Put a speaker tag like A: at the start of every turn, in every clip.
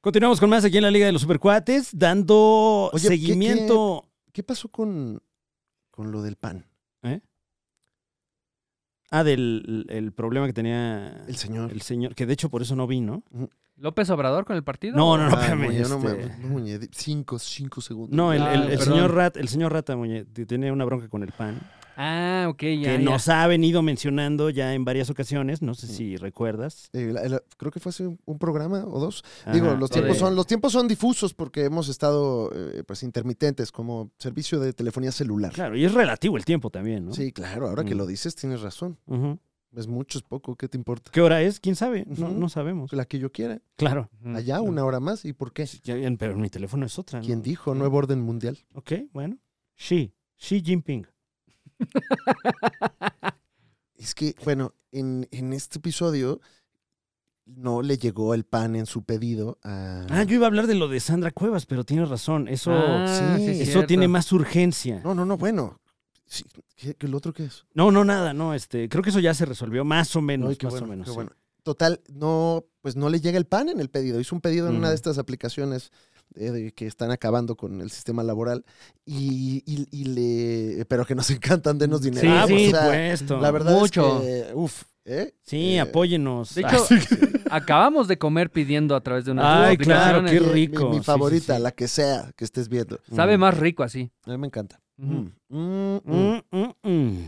A: Continuamos con más aquí en la Liga de los Supercuates, dando
B: Oye, ¿qué-
A: seguimiento.
B: ¿Qué pasó con, con lo del pan?
A: Ah, del el problema que tenía
B: El señor.
A: el señor, que de hecho por eso no vino.
C: ¿López Obrador con el partido?
A: No, no, no,
B: Ah,
A: espérame,
B: muñe, no,
A: este-
B: mames, no, muñe, cinco, cinco segundos.
A: No, el,
C: Ah,
A: el- el
C: perdón.
A: señor Rat, el señor Rata Muñe, t- tiene una bronca con el pan
C: Ah, ok, ya.
A: que
C: ya.
A: nos ha venido mencionando ya en varias ocasiones, no sé
B: Mm.
A: si recuerdas.
B: Eh, la- la- creo que fue hace un, un programa o dos. Digo,
A: Ajá.
B: los
C: lo
B: tiempos,
C: de-
B: son, los tiempos son difusos porque hemos estado eh, pues intermitentes como servicio de telefonía celular.
A: Claro, y es relativo el tiempo también, ¿no?
B: Sí, claro, ahora que
A: Mm.
B: lo dices tienes razón.
A: Ujú.
B: Es mucho, es poco, ¿qué te importa?
A: ¿Qué hora es? ¿Quién sabe? No,
B: Ujú.
A: no sabemos.
B: La que yo quiera.
A: Mm, Claro.
C: Ujú.
B: Allá una hora más, ¿y por qué?
A: Sí, Mm. ya- ya- pero mi teléfono es otra. ¿no?
B: ¿Quién dijo? Nuevo orden mundial.
A: Ok, bueno. Xi, Xi Jinping.
B: Es que, bueno, en, en este episodio no le llegó el pan en su pedido a...
A: Ah, yo iba a hablar de lo de Sandra Cuevas, pero tienes razón. Eso,
C: Ah,
B: sí,
C: sí,
A: eso
C: cierto.
A: tiene más urgencia.
B: No, no, no, bueno. Sí, ¿qué, qué- el otro qué es?
A: No, no, nada, no. Este, creo que eso ya se resolvió, más o menos,
B: Ay, qué
A: más
B: bueno,
A: o menos.
B: qué
A: sí.
B: bueno. Total, no, pues no le llega el pan en el pedido. Hizo un pedido en una
A: Ujú.
B: de estas aplicaciones eh, de- que están acabando con el sistema laboral y, y- y le... Pero que nos encantan, denos
A: Sí,
B: dinero. pues,
A: ah,
B: O
A: por
B: sea,
A: supuesto.
B: La verdad
C: Mucho.
B: es que, uf, ¿eh?
A: sí,
B: eh,
A: apóyenos.
C: De
A: Ah,
C: hecho,
A: sí.
C: Acabamos de comer pidiendo a través de una eh.
A: Ay, claro, qué
B: Mi- mi-
A: rico.
B: Mi,
A: Sí, sí,
B: favorita,
A: sí.
B: la que sea que estés viendo. Mm,
C: Sabe más rico así.
B: A mí me encanta.
C: Ujú.
B: Mm, mm, mm.
A: Mm, mm, mm.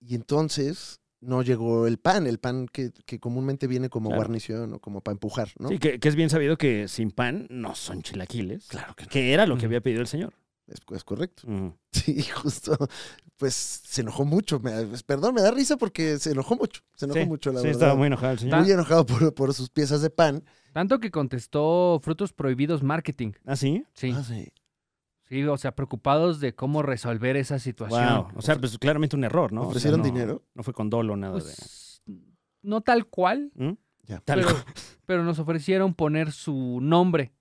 B: Y entonces no llegó el pan, el pan que, que comúnmente viene como
A: Claro.
B: guarnición o como para empujar, ¿no?
A: Sí, que, que es bien sabido que sin pan no son chilaquiles. Claro que era lo que
C: Mm.
A: había pedido el señor. Mm.
B: Es, es correcto.
A: Ujú.
B: Sí, justo. Pues se enojó mucho. Me- pues, perdón, me da risa porque se enojó mucho. Se enojó
A: Sí,
B: mucho, la
A: sí,
B: verdad.
A: estaba muy enojado el señor.
B: Muy enojado por, por sus piezas de pan.
C: Tanto que contestó Frutos Prohibidos Marketing.
A: ¿Ah, sí?
C: Sí.
B: Ah, sí.
C: Sí, o sea, preocupados de cómo resolver esa situación.
A: Wow. O sea, pues claramente un error, ¿no? O sea,
B: ¿Ofrecieron
A: no-
B: dinero?
A: No fue con dolo, nada de.
C: Pues, no tal cual,
A: ¿Mm?
B: Ya.
A: Tal
C: Pero-
A: cual.
C: pero nos ofrecieron poner su nombre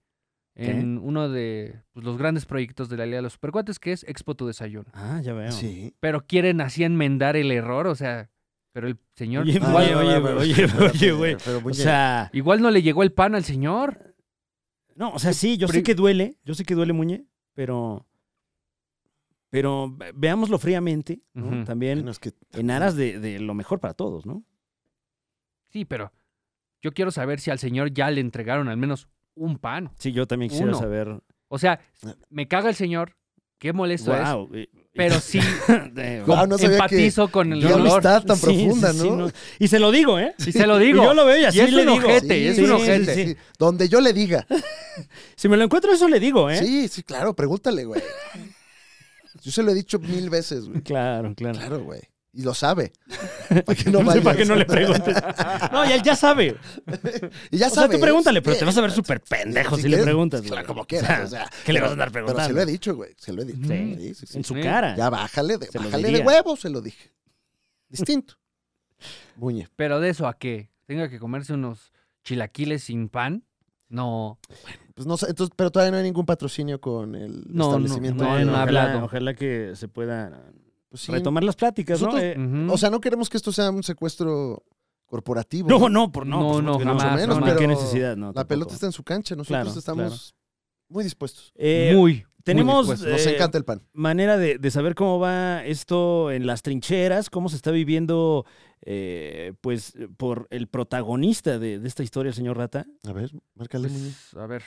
A: ¿Qué?
C: en uno de pues, los grandes proyectos de la Liga de los Supercuates, que es Expo Tu Desayuno.
A: Ah, ya veo.
B: Sí.
C: Pero quieren así enmendar el error, o sea, pero el señor...
A: Oye,
B: Ah,
A: oye,
C: igual,
A: oye, oye, oye, güey.
B: Pero,
A: O
B: muy bien.
A: sea,
C: igual no le llegó el pan al señor.
A: no, o sea, sí, yo sé
C: pri-
A: que duele, yo sé que duele Muñe, pero. Pero ve- veámoslo fríamente, ¿no?
C: Ujú.
A: También
B: Bueno, es que-
A: en aras de, de lo mejor para todos, ¿no?
C: Sí, pero yo quiero saber si al señor ya le entregaron al menos un pan.
A: Sí, yo también quisiera
C: Uno.
A: saber.
C: O sea, me caga el señor, qué molesto es,
A: Wow, eh,
C: pero sí
A: eh,
B: Wow, no sabía que-
C: empatizo con el
B: Qué
A: Yo-
C: dolor.
B: amistad tan
A: Sí,
B: profunda,
A: sí,
B: ¿no?
A: sí, Y se lo digo, ¿eh?
C: Y se lo
A: Y
C: digo.
A: yo lo veo y así
C: es un
A: le digo.
C: ojete. es un ojete.
B: sí. Donde yo le diga.
A: ¿Eh? Si me lo encuentro, eso le digo, ¿eh?
B: Sí, sí, claro, pregúntale, güey. Yo se lo he dicho mil veces, güey.
A: Claro, claro.
B: Claro, güey. Y lo sabe. Para que no
A: Sí,
B: vayas.
A: para que no le preguntes. No, y él ya sabe.
B: Y ya
A: O sea,
B: sabe, ¿eh?
A: tú pregúntale, pero
B: sí.
A: te vas a ver súper pendejo si, le
B: quieres, pues,
A: preguntas.
B: Claro,
A: güey.
B: como
A: O
B: quieras.
A: sea,
B: O sea,
A: ¿qué le
B: pero-
A: vas a andar
B: Pero se lo
A: preguntando?
B: he dicho, güey. Se lo he dicho.
C: Sí.
B: Sí, sí, sí.
A: En su
C: Sí.
A: cara.
B: Ya bájale de,
A: Se lo
B: bájale de
A: diría.
B: huevo, se lo dije. Distinto. Muñe.
C: Pero de eso a que tenga que comerse unos chilaquiles sin pan, no.
B: Pues no sé, entonces, pero todavía no hay ningún patrocinio con el
C: No, no,
B: establecimiento.
C: no,
A: Bueno,
C: no ha
A: ojalá-
C: hablado.
A: Ojalá que se pueda eh,
B: Pues sí.
A: retomar las pláticas,
B: Nosotros-
A: ¿no? Eh,
C: Ujú.
B: O sea, no queremos que esto sea un secuestro corporativo.
A: no, no, por no.
C: No,
A: por supuesto
C: no,
A: que
C: jamás,
B: Mucho menos,
A: No, ni
B: pero
A: qué necesidad, no.
B: La
A: tampoco.
B: pelota está en su cancha, nosotros
A: Claro,
B: estamos
A: claro.
B: muy dispuestos. Pues,
A: Eh,
C: muy.
A: Tenemos
C: dispuesto.
B: Nos
A: eh,
B: encanta el pan.
A: manera de, de saber cómo va esto en las trincheras, cómo se está viviendo, eh, pues, por el protagonista de, de esta historia, el señor Rata.
B: A ver, márcale, Muñe.
C: Pues, a ver.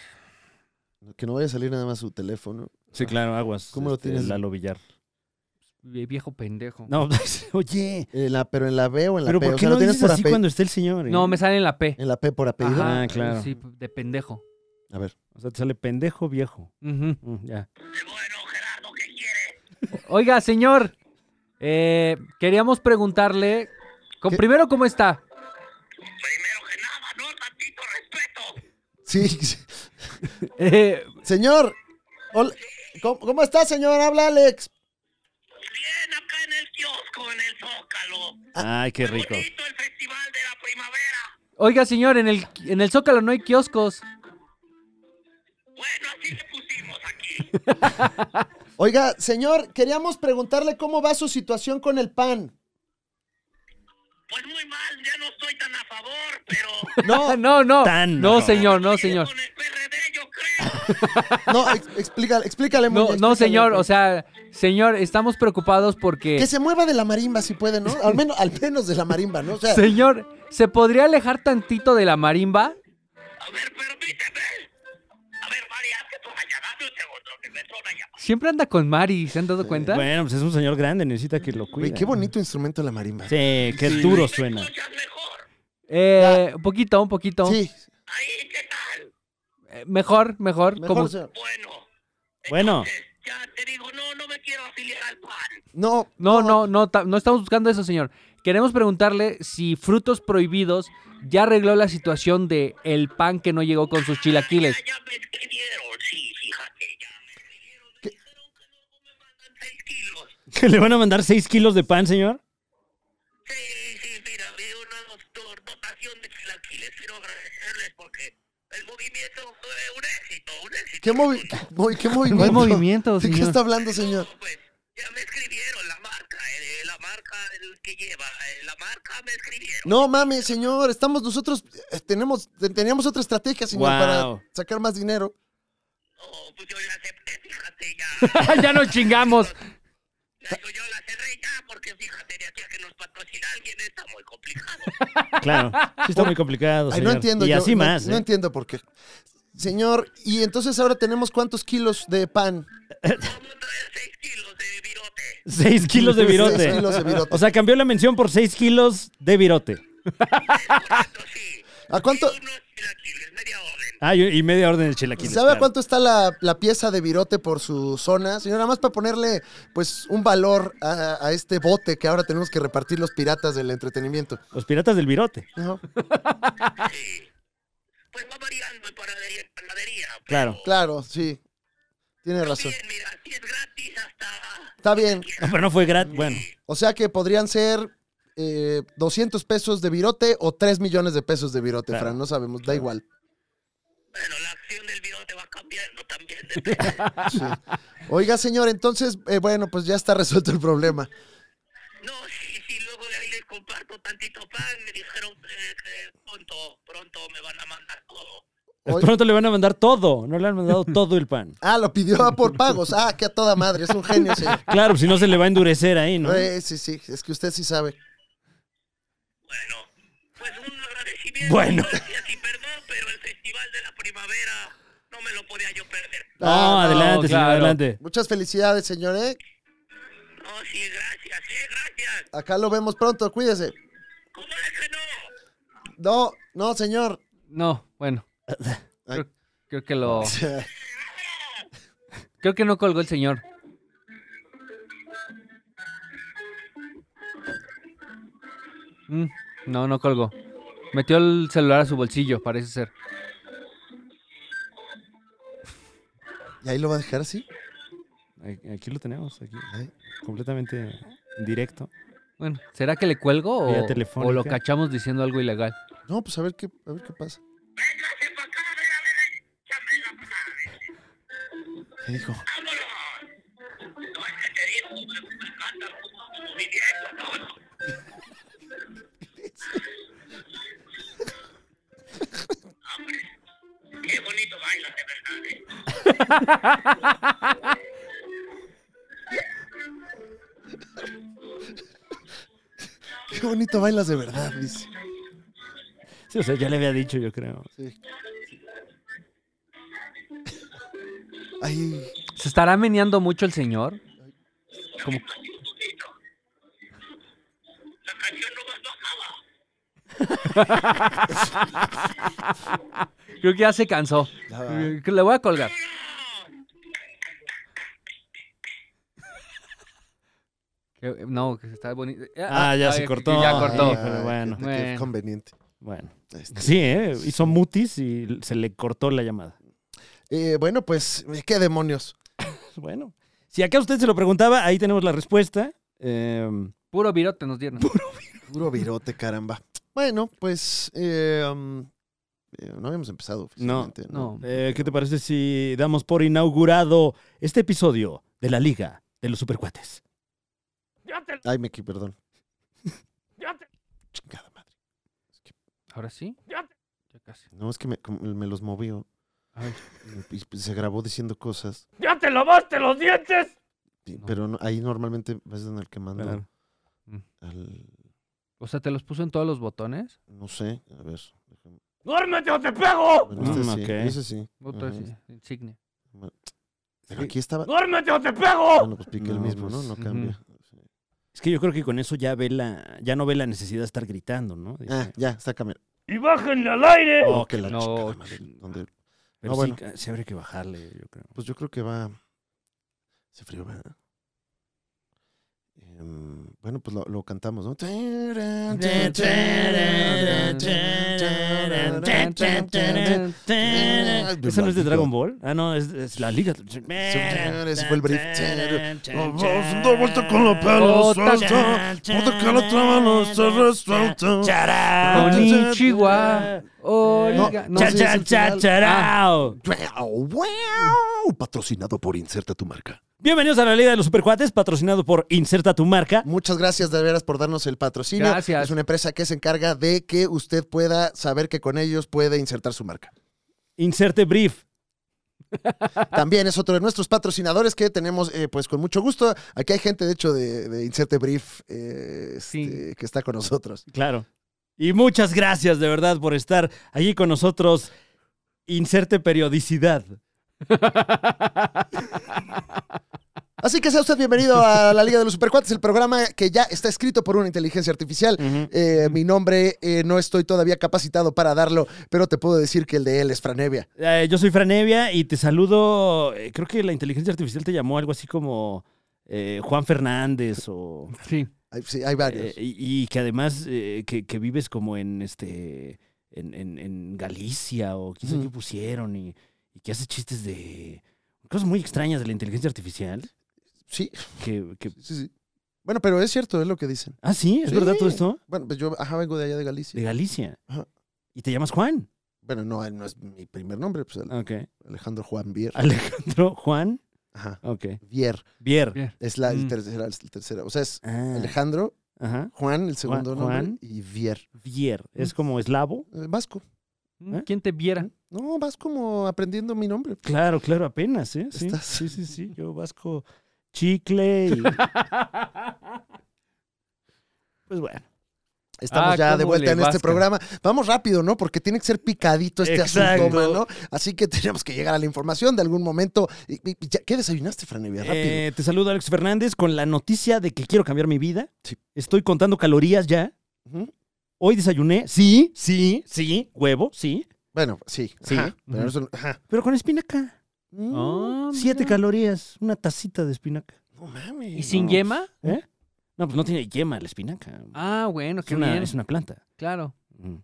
B: Que no vaya a salir nada más su teléfono.
A: Sí, claro, aguas.
B: ¿Cómo
C: este,
B: lo tienes?
A: Lalo Villar.
C: vie- Viejo pendejo. No,
A: No, pues, oye,
B: En Eh, la- pero en la B o en la
A: pero
B: P.
A: ¿por
B: o
A: qué
B: sea,
A: no
B: lo tienes
A: dices
B: por
A: así
B: ape-
A: cuando esté el señor? eh?
C: me sale en la P.
B: En la P por apellido.
C: Ajá,
A: Ah, claro.
C: Sí, de pendejo.
B: A ver.
A: O sea, te sale pendejo viejo.
C: Ujú.
A: Mm, ya.
C: Oiga, señor. eh, queríamos preguntarle. con-
B: ¿Qué?
C: primero, ¿cómo está?
D: Primero que nada, no tantito respeto.
B: Sí, sí.
C: Eh,
B: Señor. hola, ¿Cómo, cómo está, señor? Habla Alex.
D: Bien acá en el kiosco, en el Zócalo.
B: Ah.
A: Ay, qué rico.
D: Bonito el festival de la primavera.
C: oiga, señor, en el, en el Zócalo no hay kioscos.
D: Bueno, así le pusimos aquí.
B: Oiga, señor, queríamos preguntarle cómo va su situación con el pan.
D: Pues muy mal, ya no estoy tan a favor, pero...
C: No, no, no.
A: Tan,
C: no,
A: no.
C: señor, no,
D: Sigue
C: señor.
D: Con el PRD yo
B: No, ex- explícale, explícale.
C: No,
B: Muñe,
C: no,
B: explícale.
C: señor, o sea, señor, estamos preocupados porque...
B: Que se mueva de la marimba si puede, ¿no? Al menos, al menos de la marimba, ¿no? O sea,
C: Señor, ¿se podría alejar tantito de la marimba?
D: A ver, permíteme. A ver, María, que tú vas llamando un segundo, que me suena ya.
C: Siempre anda con Mari, ¿se han dado cuenta?
A: Bueno, pues es un señor grande, necesita que lo cuide.
B: güey, qué bonito instrumento la marimba.
A: Sí, qué duro suena.
D: ¿Me escuchas mejor?
C: Eh, un poquito, un poquito.
B: Sí,
D: Ahí, ¿qué tal?
C: Eh, Mejor, mejor.
B: mejor,
C: como-
B: señor.
D: Bueno.
A: Bueno.
D: entonces, Ya te digo, no, no me quiero afiliar al PAN.
B: No,
C: No, no, no, ta- no estamos buscando eso, señor. Queremos preguntarle si Frutos Prohibidos ya arregló la situación de el pan que no llegó con sus chilaquiles.
D: Ya, ya me escribieron, sí, fíjate, ya me escribieron. Me dijeron que luego me mandan 6 kilos.
A: ¿Le van a mandar 6 kilos de pan, señor?
D: Sí, sí, mira, vi una dos- dotación de chilaquiles. Quiero agradecerles porque el movimiento fue un éxito, un éxito.
B: ¿Qué, movi qué, movi- qué movimiento?
C: ¿Cuál movimiento,
B: ¿De qué
C: señor?
B: está hablando, señor?
D: No, pues, ya me escribieron la marca, eh, la marca el que lleva, eh, la marca me escribieron.
B: No mames, señor, estamos nosotros, eh, tenemos, te- teníamos otra estrategia, señor,
A: Wow.
B: para sacar más dinero.
D: No, pues yo la acepté, fíjate, ya.
C: ya nos chingamos.
D: Ya, yo, yo la cerré ya porque fíjate, de aquí a que nos patrocina alguien está muy complicado.
A: Claro, Pues sí está muy complicado,
B: Ay,
A: señor.
B: no entiendo,
A: Y
B: yo,
A: así
B: no-
A: más,
B: No,
A: ¿eh?
B: entiendo por qué. Señor, y entonces ahora tenemos cuántos kilos de pan.
D: Vamos a traer 6 kilos de virote.
A: 6 kilos de
B: Seis
A: virote.
B: kilos de virote.
A: O sea, cambió la mención por 6 kilos de virote.
D: Eso sí.
B: ¿A cuánto?
D: Y unos chilaquiles, media orden.
A: Ah, y y media orden de chilaquiles.
B: ¿Sabe a
A: claro.
B: cuánto está la, la pieza de virote por su zona? Señor, nada más para ponerle pues un valor a, a este bote que ahora tenemos que repartir los piratas del entretenimiento.
A: Los piratas del virote.
B: Ajá. Ah.
D: Sí. Pues va variando en panadería en panadería. pero
A: Claro.
B: Claro, sí. Tiene razón.
D: Bien, mira, si es gratis hasta...
B: Está bien.
A: Pero no fue gratis. Bueno,
B: O sea que podrían ser eh, 200 pesos de virote o 3 millones de pesos de virote,
A: Claro.
B: Fran. No sabemos, da igual.
D: Bueno, la acción del virote va cambiando también.
B: Sí. Oiga, señor, entonces, eh, bueno, pues ya está resuelto el problema.
D: No, sí, sí, luego de ahí les comparto tantito pan. Me dijeron que, que pronto, pronto me van a mandar todo.
A: de
B: Hoy-
A: pronto le van a mandar todo. No le han mandado todo el pan.
B: Ah, lo pidió a por pagos. Ah, que a toda madre, es un genio, señor.
A: Claro, si no se le va a endurecer ahí, ¿no?
B: Eh, sí, sí, es que usted sí sabe.
D: Bueno, pues un agradecimiento.
A: Bueno.
D: Gracias y perdón, pero el Festival de la Primavera no me lo podía yo perder.
A: No,
B: Ah, no,
A: adelante, señor,
C: claro.
A: adelante.
B: Muchas felicidades, señor, ¿eh?
D: No, sí, gracias, sí, gracias.
B: Acá lo vemos pronto, cuídese.
D: ¿Cómo es que no?
B: No, no, señor.
C: No, bueno.
B: Ay.
C: Creo, creo que lo... Creo que no colgó el señor. Mm, no, no colgó. Metió el celular a su bolsillo, parece ser.
B: ¿Y ahí lo va a dejar así?
A: Aquí- Aquí lo tenemos, aquí,
B: Ay.
A: completamente en directo.
C: Bueno, ¿será que le cuelgo
A: Vía
C: o,
A: telefónica.
C: o lo cachamos diciendo algo ilegal?
B: No, pues a ver qué, a ver qué pasa.
D: Véngase para acá, ven a ver, échame la mano.
B: ¿Qué dijo?
D: ¡Vámonos! No, es que te digo, me, me encanta tu movimiento, ¿no? Hombre, qué bonito baila, de verdad, ¿eh?
B: Qué bonito bailas de verdad, dice.
A: Sí, o sea, ya le había dicho, yo creo.
B: Sí. Ay,
C: ¿Se estará meneando mucho el señor? Como-
D: Un poquito. La canción no más no acaba.
C: creo que ya se cansó.
B: Ah.
C: Que Le voy a colgar. Que- No, que está bonito.
A: Ah, ya
C: ay,
A: se
C: que-
A: cortó.
C: Ya cortó.
A: Ay, pero bueno.
B: Qué,
C: Bueno.
B: conveniente.
A: Bueno.
B: Este,
A: Sí, ¿eh? Hizo mutis y se le cortó la llamada.
B: eh, bueno, pues, qué demonios.
A: Pues Bueno. Si acá usted se lo preguntaba, ahí tenemos la respuesta. Em,
C: Puro virote nos dieron.
B: Puro virote, caramba. Bueno, pues, eh, um, eh, no habíamos empezado oficialmente.
C: No,
A: eh, ¿Qué te parece si damos por inaugurado este episodio de la Liga de los Supercuates?
B: Ay, Meki, perdón. Chingada madre.
C: Ahora sí. Ya casi.
B: No, es que me, como me los movió.
E: Y pues se grabó diciendo cosas.
D: ¡Ya te lavaste los dientes!
E: y-
C: No.
E: Pero no- ahí normalmente es en el que mando
A: Claro.
C: Mm.
E: al...
C: O sea, ¿te los puso en todos los botones?
E: No sé, a ver. déjame-
D: ¡Duérmete o te pego!
E: Bueno,
A: Mm,
E: este sí,
A: ok.
E: ese sí.
C: Otra
E: ajá.
C: sí, insignia.
E: Pero aquí estaba...
D: ¡Duérmete o te pego!
E: Bueno, pues piqué el
A: No,
E: mismo, ¿no?
A: pues,
E: No
C: ujú.
E: cambia. Sí.
A: Es que yo creo que con eso ya ve la, ya no ve la necesidad de estar gritando, ¿no? Dice,
E: Ah, ya, sácame.
D: ¡Y bájenle al aire!
E: Oh, que la
C: no,
E: chingada madre,
C: ch-
E: donde-
A: pero
E: no,
A: sí,
E: bueno.
A: ca- sí habría que bajarle, yo creo.
E: Pues yo creo que va... Se frío, ¿verdad? Em, bueno, pues lo, lo cantamos, ¿no?
A: Ah,
E: pues
A: ¿Eso no es de Dragon Ball? Ah, no, es, es la liga.
E: Ese fue el brief.
D: Dando vuelta con la
C: Oh, Konnichiwa. Oiga,
E: No,
C: no sé.
E: cha, cha,
C: Ah,
A: charao.
E: Wow, wow, Patrocinado por Inserta tu marca.
A: Bienvenidos a la Liga de los Supercuates, patrocinado por Inserta tu marca.
B: Muchas gracias de veras por darnos el patrocinio.
C: Gracias.
B: Es una empresa que se encarga de que usted pueda saber que con ellos puede insertar su marca.
A: Inserte brief. Ah.
B: También es otro de nuestros patrocinadores que tenemos, eh, pues con mucho gusto. Aquí hay gente, de hecho, de, de Inserte Brief eh,
C: Sí.
B: este, que está con nosotros.
A: Claro. Y muchas gracias de verdad por estar allí con nosotros. Inserte periodicidad.
B: Así que sea usted bienvenido a la Liga de los Supercuates, el programa que ya está escrito por una inteligencia artificial. Eh, mi nombre eh, no estoy todavía capacitado para darlo, pero te puedo decir que el de él es Franevia.
A: Eh, yo soy Franevia y te saludo. eh, creo que la inteligencia artificial te llamó algo así como eh, Juan Fernández o.
C: Sí.
B: Hay, sí, hay varios.
A: eh, y, y que además eh, que, que vives como en este. En, en- en Galicia o quién sabe qué pusieron y, y que haces chistes de. Cosas muy extrañas de la inteligencia artificial.
B: Sí,
A: Que, que-
B: sí, sí. Bueno, pero es cierto, es lo que dicen.
A: ah, sí, es
B: Sí.
A: verdad todo esto.
B: Bueno, pues yo ajá, vengo de allá de Galicia.
A: De Galicia.
B: Ajá.
A: Y te llamas Juan.
B: Bueno, no, no es mi primer nombre, pues
A: Ok.
B: Alejandro Juan Bier.
A: Alejandro Juan.
B: Ajá.
A: Ok.
B: Bier.
A: Vier.
C: Bien.
B: Es la el
C: Mm.
B: tercera, es la tercera. O sea, es
A: Ah,
B: Alejandro,
A: ajá.
B: Juan, el segundo nombre,
A: Juan.
B: y Vier.
A: Vier. Es como eslavo.
B: Eh, Vasco.
C: Mm,
A: ¿Eh?
C: ¿Quién te viera?
B: No, vas como aprendiendo mi nombre.
A: Claro, claro, apenas, ¿eh? Sí,
B: Estás-
A: sí, sí, sí. Yo vasco chicle y. pues bueno.
B: Estamos
C: Ah,
B: ya
C: ¿cómo
B: de vuelta
C: le
B: en este
C: vasca?
B: programa. Vamos rápido, ¿no? Porque tiene que ser picadito este
A: Exacto.
B: asunto, mano. Así que tenemos que llegar a la información de algún momento. Y- y- y ya- ¿Qué desayunaste, Franevia? Rápido.
A: Eh, te saludo, Alex Fernández, con la noticia de que quiero cambiar mi vida.
B: Sí.
A: Estoy contando calorías ya.
B: Ujú.
A: Hoy desayuné. Sí, sí, sí. Huevo, sí.
B: Bueno, sí.
A: sí.
B: ajá, pero eso no- ajá.
A: Pero con espinaca.
B: Mm,
C: Ah,
A: Siete
C: mira.
A: calorías. Una tacita de espinaca.
B: No mames.
C: ¿Y sin
A: No,
C: yema?
A: ¿Eh? No, pues no tiene yema la espinaca.
C: Ah, bueno,
A: es,
C: qué
A: una,
C: bien.
A: es una planta.
C: Claro.
A: Mm.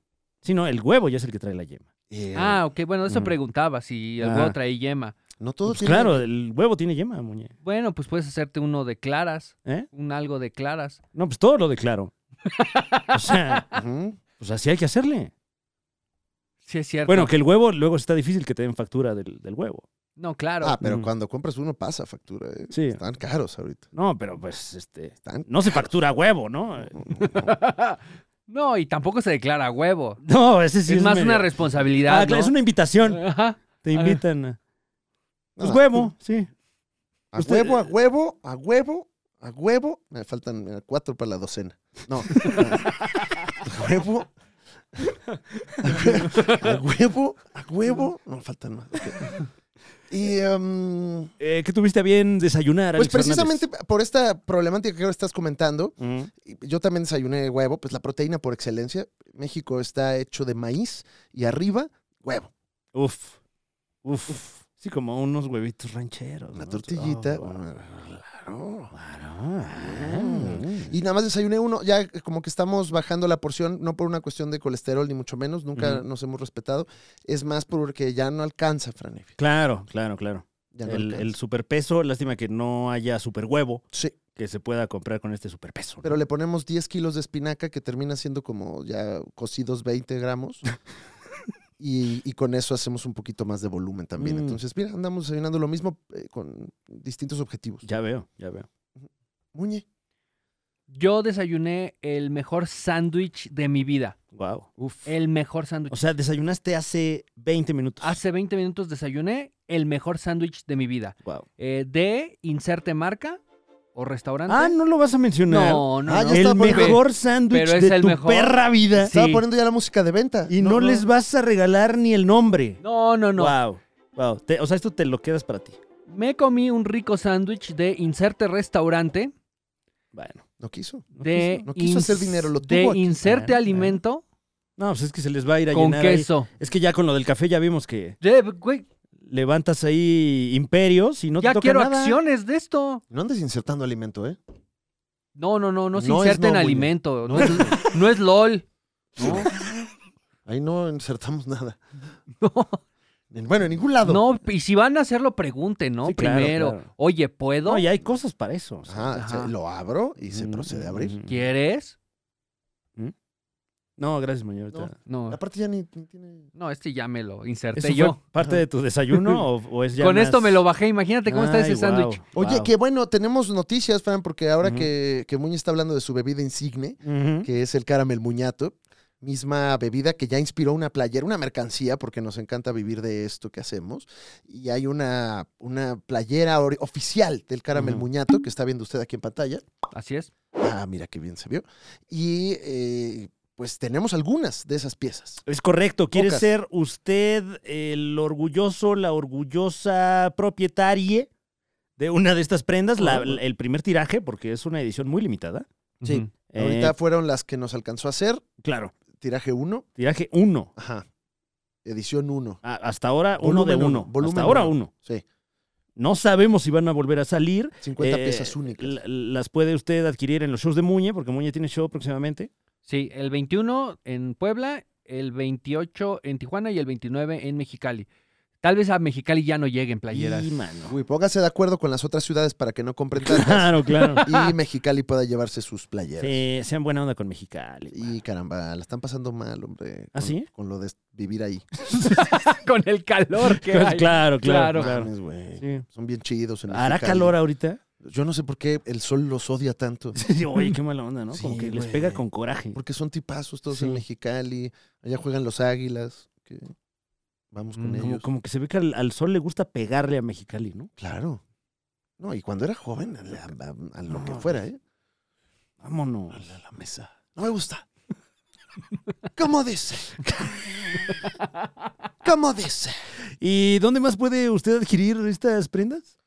A: Sí, no, el huevo ya es el que trae la yema.
B: Eh,
C: Ah, ok. Bueno, eso
A: Ujú.
C: preguntaba si el
A: Mm. Ajá.
C: huevo trae yema.
B: no todo
A: Pues
B: tiene-
A: claro, el huevo tiene yema, muñe.
C: Bueno, pues puedes hacerte uno de claras,
A: ¿Eh?
C: un algo de claras.
A: No, pues todo lo declaro. o sea,
B: Ujú.
A: pues así hay que hacerle.
C: Sí, es cierto.
A: Bueno, que el huevo luego está difícil que te den factura del, del huevo.
C: No, claro.
B: Ah, pero
A: Mm.
B: cuando compras uno pasa factura. eh.
A: Sí.
B: Están caros ahorita.
A: No, pero pues este.
B: Están
A: No se factura huevo, ¿no?
C: No, y tampoco se declara huevo.
A: No, ese sí es,
C: es más
A: medio-
C: una
A: Ah,
C: responsabilidad.
A: claro,
C: ¿no?
A: es una invitación.
C: Ajá.
A: Te
C: Ah.
A: invitan. a- Pues
B: Nada.
A: huevo, sí.
B: A
A: Usted-
B: huevo, a huevo, a huevo, a huevo. Me faltan mira, cuatro para la docena. No. a huevo. A huevo, a huevo. No, faltan más. ok. Y em,
A: Eh, ¿Qué tuviste a bien desayunar?
B: pues
A: Alex Fernández?
B: precisamente por esta problemática que ahora estás comentando,
A: Mm.
B: yo también desayuné huevo, pues la proteína por excelencia. México está hecho de maíz y arriba huevo.
A: Uf. Uf. Sí, como unos huevitos rancheros.
B: Una
A: ¿no?
B: tortillita.
A: Oh,
B: Claro.
A: claro.
B: Y nada más desayuné uno, ya como que estamos bajando la porción, no por una cuestión de colesterol ni mucho menos, nunca
A: Ujú.
B: nos hemos respetado, es más porque ya no alcanza, Franevia.
A: Claro, claro, claro.
B: Ya no
A: el,
B: alcanza.
A: el superpeso, lástima que no haya superhuevo
B: Sí,
A: que se pueda comprar con este superpeso. ¿no?
B: pero le ponemos 10 kilos de espinaca que termina siendo como ya cocidos 20 gramos. Y, y con eso hacemos un poquito más de volumen también.
A: Mm.
B: Entonces, mira, andamos desayunando lo mismo eh, con distintos objetivos.
A: Ya veo, ya veo.
B: Muñe.
C: Yo desayuné el mejor sándwich de mi vida.
A: Wow.
B: Uf.
C: El mejor sándwich.
A: Eh, O sea, desayunaste hace 20 minutos.
C: Hace 20 minutos desayuné el mejor sándwich de mi vida.
A: Wow.
C: Eh, de inserte marca o restaurante.
A: Ah, no lo vas a mencionar.
C: no, no.
B: Ah,
C: no.
B: ya está
A: el
B: por-
A: mejor sándwich
C: Pero es
A: de
C: el
A: tu
C: mejor.
A: perra vida.
C: Sí.
B: Estaba poniendo ya la música de venta.
A: Y no,
C: No, no.
A: les vas a regalar ni el nombre.
C: No, no, no.
A: Wow. Wow. Te- o sea, esto te lo quedas para ti.
C: Me comí un rico sándwich de inserte restaurante.
A: Bueno.
B: No quiso. No
C: de
B: quiso, no quiso
C: ins-
B: hacer dinero, lo
C: De
B: tuvo aquí.
C: inserte
A: Claro,
C: alimento
A: No, pues es que se les va a ir a
C: con
A: llenar. ahí.
C: queso.
A: Es que ya con lo del café ya vimos que
C: De- güey,
A: levantas ahí imperios y no
C: ya
A: te toca
C: quiero
A: nada.
C: acciones de esto.
E: No andes insertando alimento, ¿eh?
C: No, no, no, no se
E: No es
C: inserten
E: no, Willy.
C: alimento. No, es, no es LOL. No,
E: Ahí no insertamos nada.
B: En- Bueno, en ningún lado.
C: no, y si van a hacerlo, pregunten, ¿no?
A: Sí, claro,
C: Primero,
A: claro.
C: oye, ¿puedo?
A: No, y hay cosas para eso. o sea.
E: Ajá,
C: Ajá.
E: se- lo abro y se
A: Mm,
E: procede a abrir.
A: mm.
C: ¿Quieres?
A: No, gracias, mañor. ahorita.
B: mm.
C: No,
E: Aparte ya ni, ni tiene...
C: no, este ya me lo
A: ¿Eso
C: inserté
A: fue
C: yo.
A: parte de tu desayuno o, o es ya
C: Con
A: más-
C: esto me lo bajé. Imagínate cómo está
A: Ay,
C: ese
A: guau,
C: sándwich.
B: Oye,
A: guau.
B: que bueno, tenemos noticias, Fran, porque ahora
A: Ujú.
B: que, que Muñe está hablando de su bebida insigne,
A: Ujú.
B: que es el caramel muñato, misma bebida que ya inspiró una playera, una mercancía, porque nos encanta vivir de esto que hacemos. Y hay una, una playera ori- oficial del caramel
A: Ujú.
B: muñato que está viendo usted aquí en pantalla.
C: Así es.
B: Ah, mira qué bien se vio. Y eh, pues tenemos algunas de esas piezas.
A: Es correcto. ¿Quiere
B: Pocas.
A: ser usted el orgulloso, la orgullosa propietaria de una de estas prendas? La- la- el primer tiraje, porque es una edición muy limitada.
B: Sí.
C: Ujú.
A: Eh,
B: Ahorita fueron las que nos alcanzó a hacer,
A: claro,
B: tiraje 1,
A: tiraje uno.
B: ajá, edición 1.
A: A- hasta ahora, uno
B: Volumen
A: de
B: uno,
A: uno.
B: volumen
A: hasta ahora,
B: uno.
A: uno.
B: Sí,
A: No sabemos si van a volver a salir.
B: 50
A: Eh,
B: piezas únicas.
A: la- Las puede usted adquirir en los shows de Muñe, porque Muñe tiene show próximamente.
C: Sí, el 21 en Puebla, el 28 en Tijuana y el 29 en Mexicali. Tal vez a Mexicali ya no lleguen playeras.
A: Y, mano.
B: Uy, póngase de acuerdo con las otras ciudades para que no compren tantas
A: Claro, claro.
B: y Mexicali pueda llevarse sus playeras.
A: Sí, sean buena onda con Mexicali.
B: Y caramba, la están pasando mal, hombre.
A: ¿Ah,
B: con-
A: sí?
B: Con lo de vivir ahí.
C: Con el calor que hay.
A: claro, claro,
C: Claro.
A: claro.
B: Mames, güey.
A: Sí.
B: Son bien chidos. En
A: ¿Hará
B: Mexicali.
A: calor ahorita?
B: Yo no sé por qué el sol los odia tanto.
A: Sí, Oye, qué mala onda, ¿no? Como
B: Sí,
A: que les
B: güey.
A: pega con coraje.
B: Porque son tipazos todos
A: Sí.
B: en Mexicali. Allá juegan los águilas. que Vamos con
C: Mm,
A: Como,
B: ellos.
A: como que se ve que al, al sol le gusta pegarle a Mexicali, ¿no?
B: Claro. No, y cuando era joven, a, la- a- a lo que
A: No, pues.
B: fuera, ¿eh?
A: Vámonos.
B: A la mesa. No me gusta. ¿Cómo dice? ¿Cómo dice?
A: ¿Y dónde más puede usted adquirir estas prendas?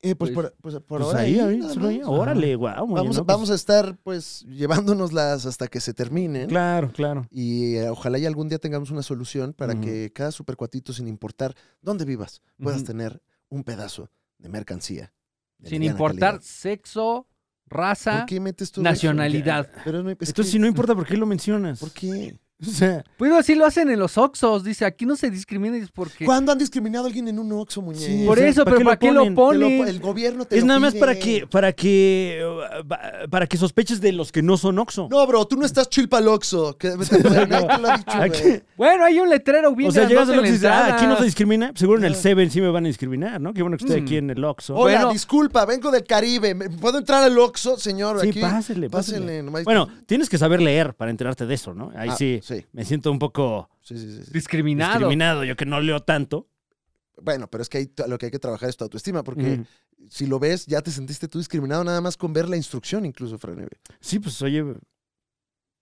B: Eh, pues,
C: Pues-
B: por, pues por
A: Pues
B: ahora
A: ahí, ahí,
B: nada
A: solo ahí.
B: más.
A: Órale, guau. muy
B: Vamos,
A: bien, ¿no?
B: vamos a estar pues llevándonoslas hasta que se terminen.
A: Pues, Claro, claro.
B: Y eh, ojalá y algún día tengamos una solución para
A: Ujú.
B: que cada supercuatito, sin importar dónde vivas, puedas
A: Ujú.
B: tener un pedazo de mercancía. de
C: Sin
B: mediana
C: importar
B: calidad.
C: sexo, raza,
B: ¿Por qué metes tú eso?
C: nacionalidad.
B: Pero no- es
A: Entonces,
B: que-
A: si no importa por qué lo mencionas.
B: ¿Por qué?
A: O sea,
C: Pues así lo hacen en los Oxos. Dice, aquí no se discrimina y es porque...
B: ¿Cuándo han discriminado a alguien en un oxo, muñeco?
A: Sí,
C: Por
A: o sea,
C: eso,
A: ¿para
C: pero ¿para qué lo
B: Te lo-
C: ponen?
B: el gobierno te
A: es
B: lo
A: nada más
B: pide.
A: para que, para que, eh, pa- para que sospeches de los que no son Oxxo.
B: No, bro, tú no estás chill pa'l Oxxo. Que te, nadie te lo ha dicho,
A: ¿A
B: güey.
A: qué?
C: Bueno, hay un letrero bien
A: O sea, llegas al Oxxo
C: grandote
A: y
C: en
A: dices, ah,
C: la
A: aquí no se
C: entrada.
A: discrimina. Seguro en el
B: Ah.
A: Seven sí me van a discriminar, ¿no? Qué bueno que estoy
C: Mm.
A: aquí en el Oxxo.
B: Hola,
C: Bueno.
B: disculpa, vengo del Caribe. ¿Me- ¿Puedo entrar al Oxxo, señor?
A: Sí,
B: aquí?
A: pásele, pásele.
B: nomás-
A: Bueno, tienes que saber leer para enterarte de eso, ¿no? Ahí
B: Ah,
A: sí
B: Sí,
A: me siento un poco
B: sí, sí, sí, sí.
C: Discriminado.
A: discriminado, yo que no leo tanto.
B: Bueno, pero es que ahí t- lo que hay que trabajar es tu autoestima, porque
A: Ujú.
B: si lo ves, ya te sentiste tú discriminado nada más con ver la instrucción, incluso, Fran.
A: Sí, pues oye,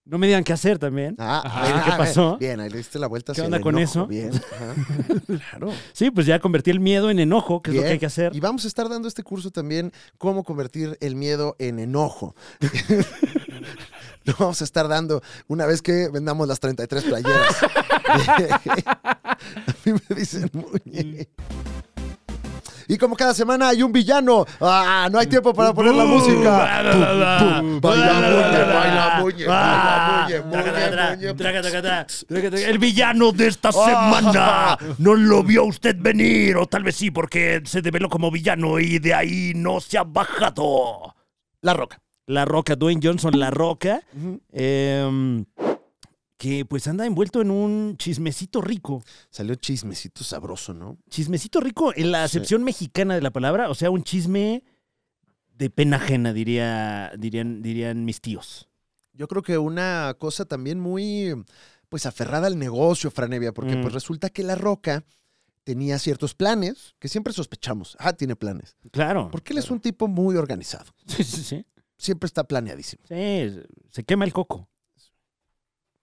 A: no me digan qué hacer también.
B: Ah,
A: Ajá. ¿Qué pasó?
B: Bien, ahí le diste la vuelta.
A: ¿Qué
B: hacia
A: onda
B: el
A: con
B: enojo,
A: eso?
B: Bien. ajá. Claro.
A: Sí, pues ya convertí el miedo en enojo, que es lo que
B: Bien.
A: hay que hacer.
B: Y vamos a estar dando este curso también, cómo convertir el miedo en enojo. Lo vamos a estar dando una vez que vendamos las 33 playeras. a mí me dicen muñe. Y como cada semana hay un villano, ¡ah! no hay tiempo para poner la música. Pum, pum, baila muñe, baila muñe,
A: Ah.
B: baila muñe, muñe, muñe. Ah.
A: El villano de esta semana no lo vio usted venir, o tal vez sí, porque se develó como villano y de ahí no se ha bajado.
B: La roca.
A: La Roca, Dwayne Johnson, La Roca, em, que pues anda envuelto en un chismecito rico.
B: Salió chismecito sabroso, ¿no?
A: Chismecito rico en la acepción mexicana de la palabra, o sea, un chisme de pena ajena, diría, dirían, dirían mis tíos.
B: Yo creo que una cosa también muy pues aferrada al negocio, Franevia, porque
A: Mm.
B: pues resulta que La Roca tenía ciertos planes que siempre sospechamos. Ah, tiene planes.
A: Claro.
B: Porque él es un tipo muy organizado.
A: Sí, sí, sí.
B: Siempre está planeadísimo.
A: Sí, se quema el coco.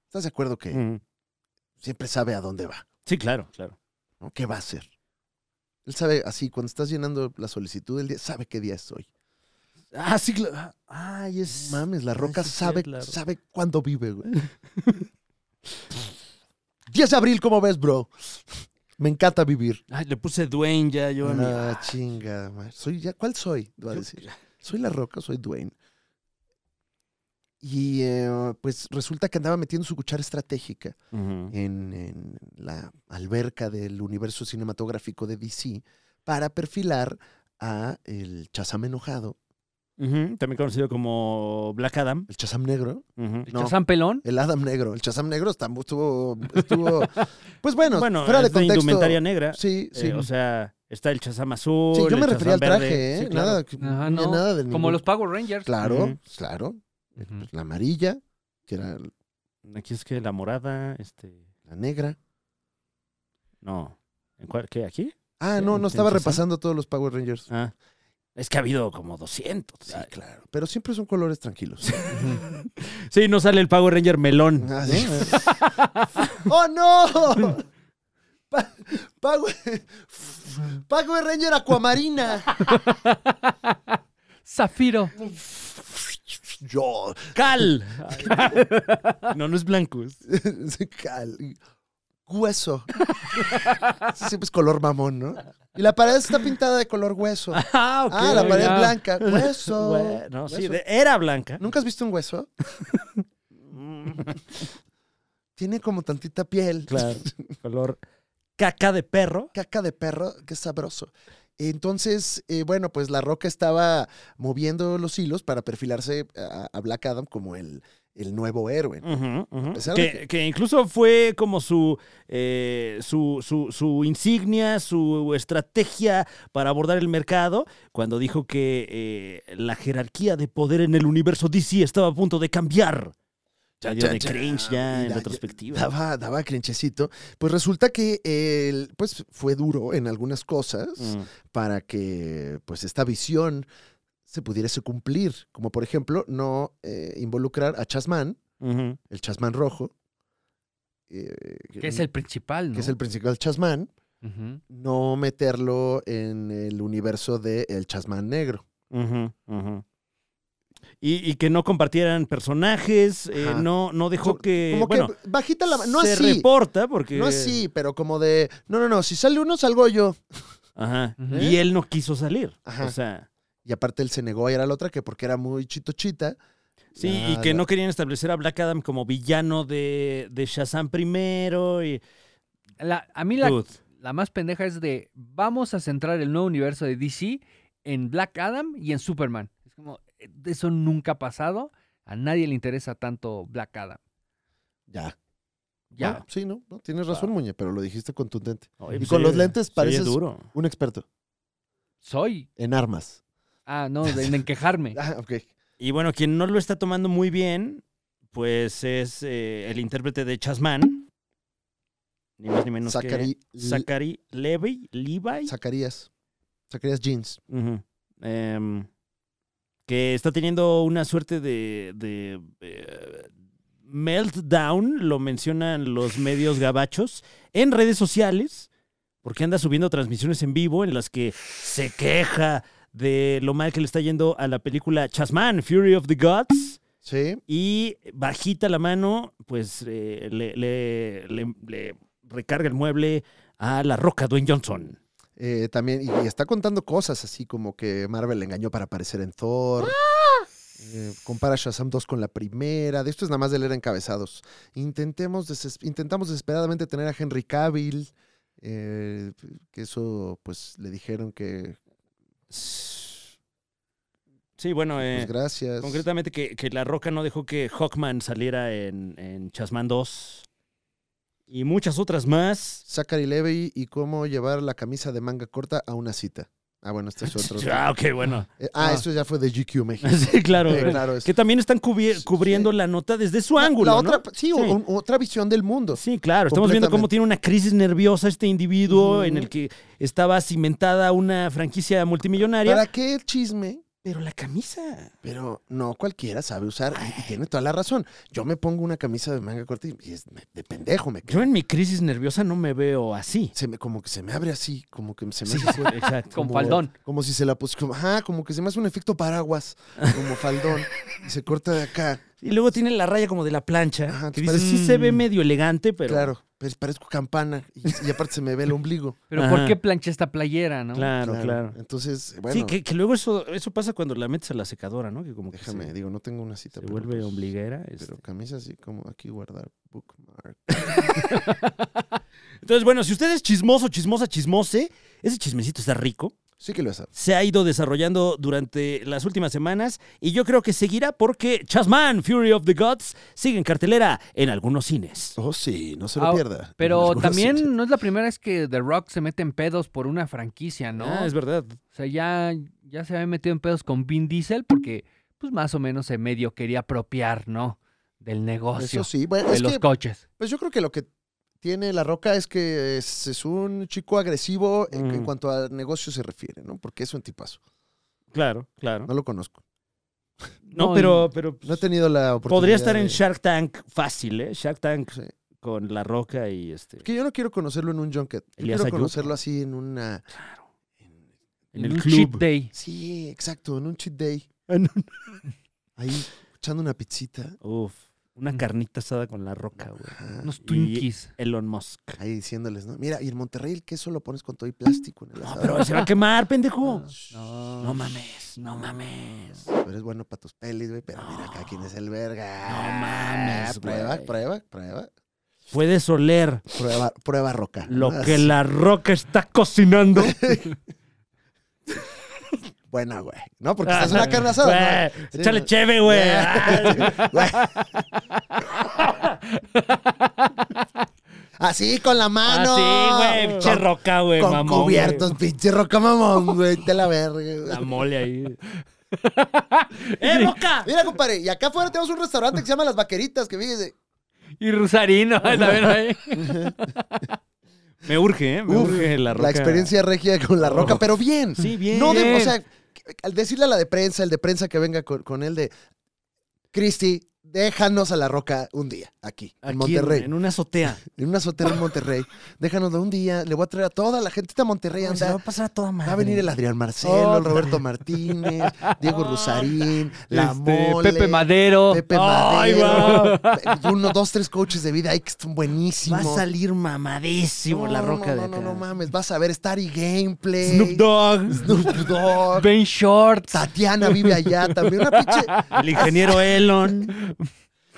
B: ¿Estás de acuerdo que
A: Mm.
B: siempre sabe a dónde va?
A: Sí, claro, claro.
B: ¿no? ¿Qué va a hacer? Él sabe así, cuando estás llenando la solicitud del día, sabe qué día es hoy.
A: Ah, sí, claro. Ay, es.
B: Mames, la roca
A: sí, sí,
B: sabe,
A: claro.
B: sabe cuándo vive, güey. 10 de abril, ¿cómo ves, bro? Me encanta vivir.
A: Ay, le puse Dwayne ya yo a mi.
B: Ah, chinga, madre. soy ya, ¿Cuál soy? Va a
A: Yo-
B: decir. Soy la roca, soy Dwayne. Y eh, pues resulta que andaba metiendo su cuchara estratégica
A: Ujú.
B: en, en la alberca del universo cinematográfico de DC para perfilar a el Chazam enojado,
A: Ujú, También conocido como Black Adam.
B: el Chazam negro,
A: Ujú.
C: ¿El
B: No.
C: Chazam pelón?
B: el Adam negro. El Chazam negro está- estuvo, estuvo pues bueno,
A: Bueno,
B: fuera de
A: es de
B: contexto.
A: indumentaria negra.
B: sí, sí.
A: Eh, o sea, está el Chazam azul.
B: Sí, yo
A: el
B: me refería al
A: Shazam
B: traje,
A: verde.
B: ¿eh?
A: Sí, claro.
B: nada, que-
C: Ajá,
B: ni
C: no.
B: nada de
C: Como
B: ningún-
C: los Power Rangers.
B: Claro,
A: Ujú.
B: claro.
C: Ujú.
B: pues, La amarilla, que era
A: Aquí es que la morada, este.
B: la negra.
A: No. ¿En cuál? ¿Qué? ¿Aquí?
B: Ah,
A: Sí,
B: no,
A: en-
B: no estaba
A: en Shazam.
B: repasando todos los Power Rangers.
A: Ah. Es que ha habido como 200.
B: Sí,
A: Ay.
B: claro. Pero siempre son colores tranquilos.
A: Sí, no sale el Power Ranger melón.
B: Ah, sí.
A: Eh.
B: ¡Oh, no! Pa- Pago, Pago Ranger Aquamarina.
C: Zafiro.
B: Yo.
A: ¡Cal! No, no es blanco. es-
B: Cal- Hueso. Siempre es color mamón, ¿no? Y la pared está pintada de color hueso.
A: Ah, ok.
B: Ah, la pared
C: ya.
B: blanca. Hueso.
A: Bueno, no, sí,
B: Hueso.
A: de- era blanca.
B: ¿Nunca has visto un hueso? Tiene como tantita piel.
A: Claro. Color caca de perro.
B: caca de perro, qué sabroso. Entonces, eh, bueno, pues La Roca estaba moviendo los hilos para perfilarse a, a Black Adam como el, el nuevo héroe. ¿no?
A: Ujú, ujú.
B: pesar de
A: Que, que incluso fue como su, eh, su, su, su insignia, su estrategia para abordar el mercado, cuando dijo que eh, la jerarquía de poder en el universo DC estaba a punto de cambiar. Ya dio de cringe ya en
B: Ya, ya,
A: retrospectiva.
B: Daba, daba crinchecito. Pues resulta que él, pues, fue duro en algunas cosas
A: Mm.
B: para que, pues, esta visión se pudiese cumplir. Como, por ejemplo, no eh, involucrar a Chasman,
A: Ujú.
B: el Chasman rojo. eh,
C: Que es el principal, ¿no?
B: que es el principal Chasman.
C: Ujú.
B: no meterlo en el universo de El Chasmán Negro.
A: Ujú, ujú. Y, y que no compartieran personajes, eh,
B: Ajá.
A: no, no dejó
B: So-
A: que.
B: Como
A: Eh, bueno,
B: que bajita la mano. No
A: se
B: así.
A: reporta porque.
B: No así, pero como de. No, no, no. Si sale uno, salgo yo.
A: Ajá.
C: Ujú.
A: Y él no quiso salir.
B: Ajá.
A: O sea.
B: Y aparte él se negó a ir a la otra, que porque era muy chitochita.
A: Sí, y
B: Ah,
A: que
B: la-
A: no querían establecer a Black Adam como villano de, de Shazam primero. Y,
C: La- a mí la,
A: Dude,
C: la más pendeja es de vamos a centrar el nuevo universo de DC en Black Adam y en Superman. Es como, eh, eso nunca ha pasado. A nadie le interesa tanto Black Adam.
B: Ya.
C: Ya.
B: No, sí, no, no. Tienes razón, Muñe, pero lo dijiste contundente.
A: oye,
B: y
A: pues,
B: con
A: se
B: los
A: oye-
B: lentes
A: se oye
B: pareces
A: duro.
B: un experto
C: Soy.
B: en armas.
C: Ah, no, de- en quejarme.
B: Ah, ok.
A: Y bueno, quien no lo está tomando muy bien, pues es eh, el intérprete de Chasman. Ni más ni menos que.
B: Zacari-
A: Zachary Levi. Levi.
B: Zacarías. Zacarías Jeans.
A: Ujú. Em, que está teniendo una suerte de, de, eh, meltdown, lo mencionan los medios gabachos, en redes sociales, porque anda subiendo transmisiones en vivo en las que se queja de lo mal que le está yendo a la película Chasman, Fury of the Gods.
B: Sí.
A: Y bajita la mano, pues eh, le, le- le- le recarga el mueble a la roca Dwayne Johnson.
B: Eh, también, y, y está contando cosas así como que Marvel le engañó para aparecer en Thor. Eh, compara Shazam 2 con la primera. De esto es nada más de leer encabezados. Intentemos deses- intentamos desesperadamente tener a Henry Cavill. eh, que eso, pues le dijeron que.
A: Sí, bueno, eh,
B: Pues gracias.
A: concretamente que, que La Roca no dejó que Hawkman saliera en, en Chasman 2 y muchas otras más.
B: Zachary Levy y cómo llevar la camisa de manga corta a una cita. Ah, bueno, este es otro.
A: Ah, ok, bueno.
B: Eh, ah,
C: Ah.
B: esto ya fue de GQ México.
A: Sí, claro.
B: Eh,
A: güey.
B: claro, es-
A: Que también están cubier- cubriendo la nota desde su ángulo.
B: La
A: ¿no?
B: otra, sí, o-
A: Sí.
B: o- otra visión del mundo.
A: Sí, claro. Estamos viendo cómo tiene
B: Completamente.
A: una crisis nerviosa este individuo
B: Ujú.
A: en el que estaba cimentada una franquicia multimillonaria.
B: ¿Para qué el chisme?
A: Pero la camisa.
B: Pero no cualquiera sabe usar y, y tiene toda la razón. Yo me pongo una camisa de manga corta y y es me- de pendejo, me
A: Yo
B: creo.
A: en mi crisis nerviosa no me veo así.
B: Se me, como que se me abre así, como que se me
A: Sí,
B: hace así,
A: exacto.
C: Con
B: como-
C: faldón.
B: Como si se la pus- como, ajá, como que se me hace un efecto paraguas, como faldón. y se corta de acá.
A: Y luego tiene la raya como de la plancha.
B: Ajá,
A: que
B: te
A: dices,
B: parece-
A: sí se ve medio elegante, pero.
B: Claro, pero parezco campana y, y aparte se me ve el ombligo.
C: Pero
A: Ajá.
C: ¿por qué plancha esta playera, no?
A: Claro, claro.
B: Entonces, bueno,
A: Sí, que, que luego eso, eso pasa cuando la metes a la secadora, ¿no? Que como que
B: déjame,
A: se,
B: digo, no tengo una cita.
A: se
B: pero
A: vuelve
B: pues,
A: ombliguera. este.
B: Pero camisa así como aquí guardar bookmark.
A: Entonces, bueno, si usted es chismoso, chismosa, chismose, ese chismecito está rico.
B: Sí que lo es.
A: se ha ido desarrollando durante las últimas semanas y yo creo que seguirá porque Chasman, Fury of the Gods, sigue en cartelera en algunos cines.
E: Oh, sí, no se lo
C: Ah,
E: pierda.
B: Pues,
C: Pero
E: Algunos
C: también
E: sí.
C: no es la primera vez que The Rock se mete en pedos por una franquicia, ¿no?
A: Ah, es verdad.
C: O sea, ya, ya se había metido en pedos con Vin Diesel porque, pues más o menos, se medio quería apropiar, ¿no? Del negocio,
B: Eso sí, bueno,
C: de
B: es
C: los
B: que,
C: coches.
B: pues yo creo que lo que tiene La Roca es que es, es un chico agresivo en, en
A: Mm.
B: cuanto a negocio se refiere, ¿no? Porque es un tipazo.
A: Claro, claro.
B: No pues, lo conozco.
A: No,
C: No,
A: pero, pero
B: No he tenido la oportunidad.
A: podría estar en
B: de-
A: Shark Tank fácil, ¿eh? Shark Tank
B: Sí.
A: con La Roca y este.
B: Que yo no quiero conocerlo en un junket. Yo
A: Elías
B: quiero
A: Ayub.
B: conocerlo así en una. en-
A: En
C: En
A: el
C: un cheat
A: club.
C: day.
B: sí, exacto, en un cheat day.
A: En
B: Ahí, echando una pizzita.
A: Uf, una
B: Mm.
A: carnita asada con La Roca, güey.
B: Ajá,
C: Unos
A: Y-
C: Twinkies.
A: Elon Musk.
B: Ahí diciéndoles, ¿no? Mira, y en Monterrey el queso lo pones con todo y plástico en el
A: No,
B: asador.
A: Ah, pero se va a quemar, pendejo.
B: Ah,
C: No,
A: No mames, no mames.
B: Tú eres bueno para tus pelis, güey, pero mira acá quién es el verga.
A: No mames,
B: Prueba,
A: güey.
B: prueba, prueba.
A: Puedes oler
B: Prueba, prueba roca.
A: lo
B: Ah,
A: que
B: sí.
A: La Roca está cocinando.
B: Buena, güey. No, porque estás en una carne asada.
A: Ah, Güey,
B: Sí,
A: échale
B: no.
A: cheve,
B: ¿no?
A: güey. Ah,
B: Güey. Así, con la mano.
A: Así, ah, güey. Pinche
B: Ah, Con-
A: roca, güey.
B: Con
A: mamón, güey.
B: cubiertos, pinche roca mamón, güey. De la
A: La
B: verga.
A: mole ahí. ¡Eh, roca!
B: Mira, compadre, y acá afuera tenemos un restaurante que se llama Las Vaqueritas, que fíjese.
C: Y Rusarino, también ahí.
A: Me urge, ¿eh? Me
B: Uf,
A: urge la roca.
B: La experiencia regia con la roca,
A: Oh.
B: pero bien.
A: Sí, bien.
B: No de, o
C: Bien.
B: sea, que- al decirle a la de prensa, el de prensa que venga con, con él de Cristi, déjanos a la roca un día aquí,
A: Aquí
B: en Monterrey.
A: En, una azotea.
B: En una azotea en Monterrey. Déjanos de un día. Le voy a traer a toda la gente de Monterrey.
A: Güey, se la va
B: Anda.
A: a pasar a toda madre.
B: Va a venir el Adrián Marcelo, el Roberto Martínez, Diego Rusarín, La
C: Este,
B: Mole,
C: Pepe Madero.
B: Pepe
A: Ay,
B: Madero. Uno, dos, tres coaches de vida ahí que
A: Va
B: son
A: a
B: buenísimos.
A: salir mamadísimo
B: No,
A: la
B: no,
A: roca
B: no,
A: de acá.
B: No, no, no mames. Vas a ver Starry Gameplay.
A: Snoop Dogg.
B: Snoop Dogg.
C: Ben Shorts.
B: Tatiana vive allá también. Una pinche
A: El ingeniero Elon.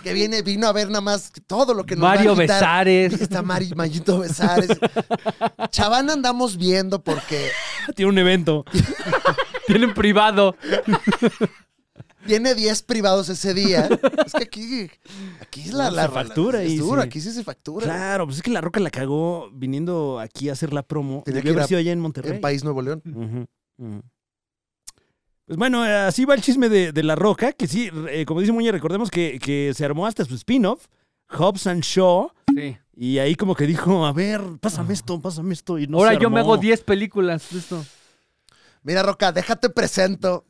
B: que viene, vino a ver nada más todo lo que nos va a
C: Mario
B: agitar.
C: Besares.
B: Está Mari, Mayito Besares. Chavana andamos viendo porque
A: Tiene un evento.
C: Tienen privado.
B: tiene 10 privados ese día. Es que aquí, aquí es la,
A: Se
B: la
A: factura
B: la-
A: ahí,
B: es duro,
A: sí.
B: aquí sí se factura.
A: Claro, pues es que la roca la cagó viniendo aquí a hacer la promo. Debió
B: Tenía que ir
A: haber
B: a-
A: sido allá en Monterrey.
B: En País Nuevo León.
A: Ujú, ujú. Pues bueno, eh, así va el chisme de, de La Roca, que sí, eh, como dice Muñe, recordemos que, que se armó hasta su spin-off, Hobbs and Shaw,
C: Sí.
A: y ahí como que dijo, a ver, pásame esto, pásame esto, y no
C: Ahora
A: se
C: yo me
A: armó.
C: hago 10 películas. Listo.
B: Mira, Roca, déjate presento